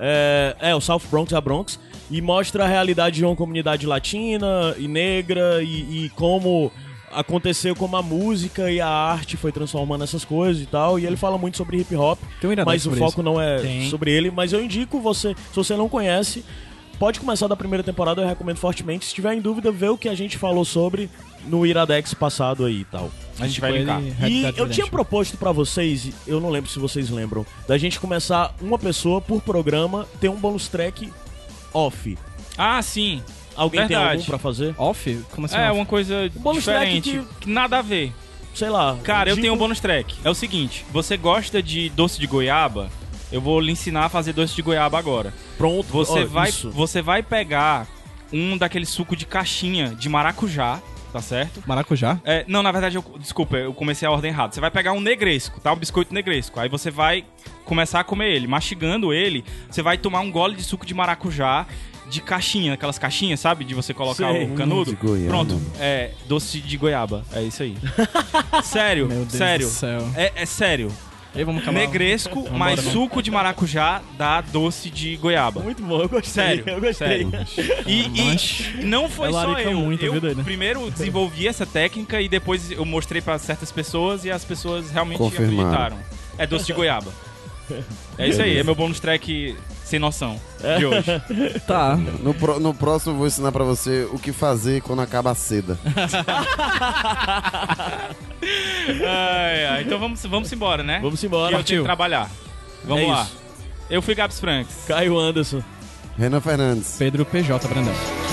É, é, o South Bronx, a Bronx. E mostra a realidade de uma comunidade latina e negra e, e como aconteceu, como a música e a arte foi transformando essas coisas e tal. E ele fala muito sobre hip hop, Tem um Iradex mas o sobre foco não é Tem. sobre ele. Mas eu indico você, se você não conhece, pode começar da primeira temporada, eu recomendo fortemente. Se tiver em dúvida, vê o que a gente falou sobre no Iradex passado aí e tal. A gente vai Tipo, linkar. ele- E Realidade eu tinha Redemption. proposto pra vocês, eu não lembro se vocês lembram, da gente começar uma pessoa por programa ter um bonus track off. Ah, sim. Alguém tem Verdade. algum pra fazer? Off? Como assim? é off? uma coisa bônus track diferente. Que... Nada a ver. Sei lá. Cara, eu digo- tenho um bônus track. É o seguinte: você gosta de doce de goiaba? Eu vou lhe ensinar a fazer doce de goiaba agora. pronto. Você, ó, vai, isso. você vai pegar um daquele suco de caixinha de maracujá, tá certo? Maracujá? É, não, na verdade, eu, desculpa, eu comecei a ordem errada. Você vai pegar um negresco, tá? Um biscoito negresco. Aí você vai começar a comer ele. Mastigando ele, você vai tomar um gole de suco de maracujá de caixinha, aquelas caixinhas, sabe? De você colocar Sei. Hum, o canudo. de goiaba. Pronto, é doce de goiaba. É isso aí. sério, Meu Deus sério. do céu. É, é sério. E aí, vamos acabar. Negresco mais vamos. suco de maracujá dá doce de goiaba. Muito bom, eu gostei. Sério, eu gostei. sério. Então, E, e- Manche. e não foi Ela só larica eu. muito, eu viu, doido? primeiro desenvolvi essa técnica e depois eu mostrei pra certas pessoas e as pessoas realmente Confirmaram. acreditaram. É doce de goiaba. É isso aí, é meu bônus track sem noção É. de hoje. Tá. No, pró- no próximo eu vou ensinar pra você o que fazer quando acaba a seda. Ai, ai, então vamos, vamos embora, né? Vamos Que embora. eu tenho que trabalhar. Vamos É lá. isso. Eu fui Gabs Franks. Caio Anderson. Renan Fernandes. Pedro PJ Brandão.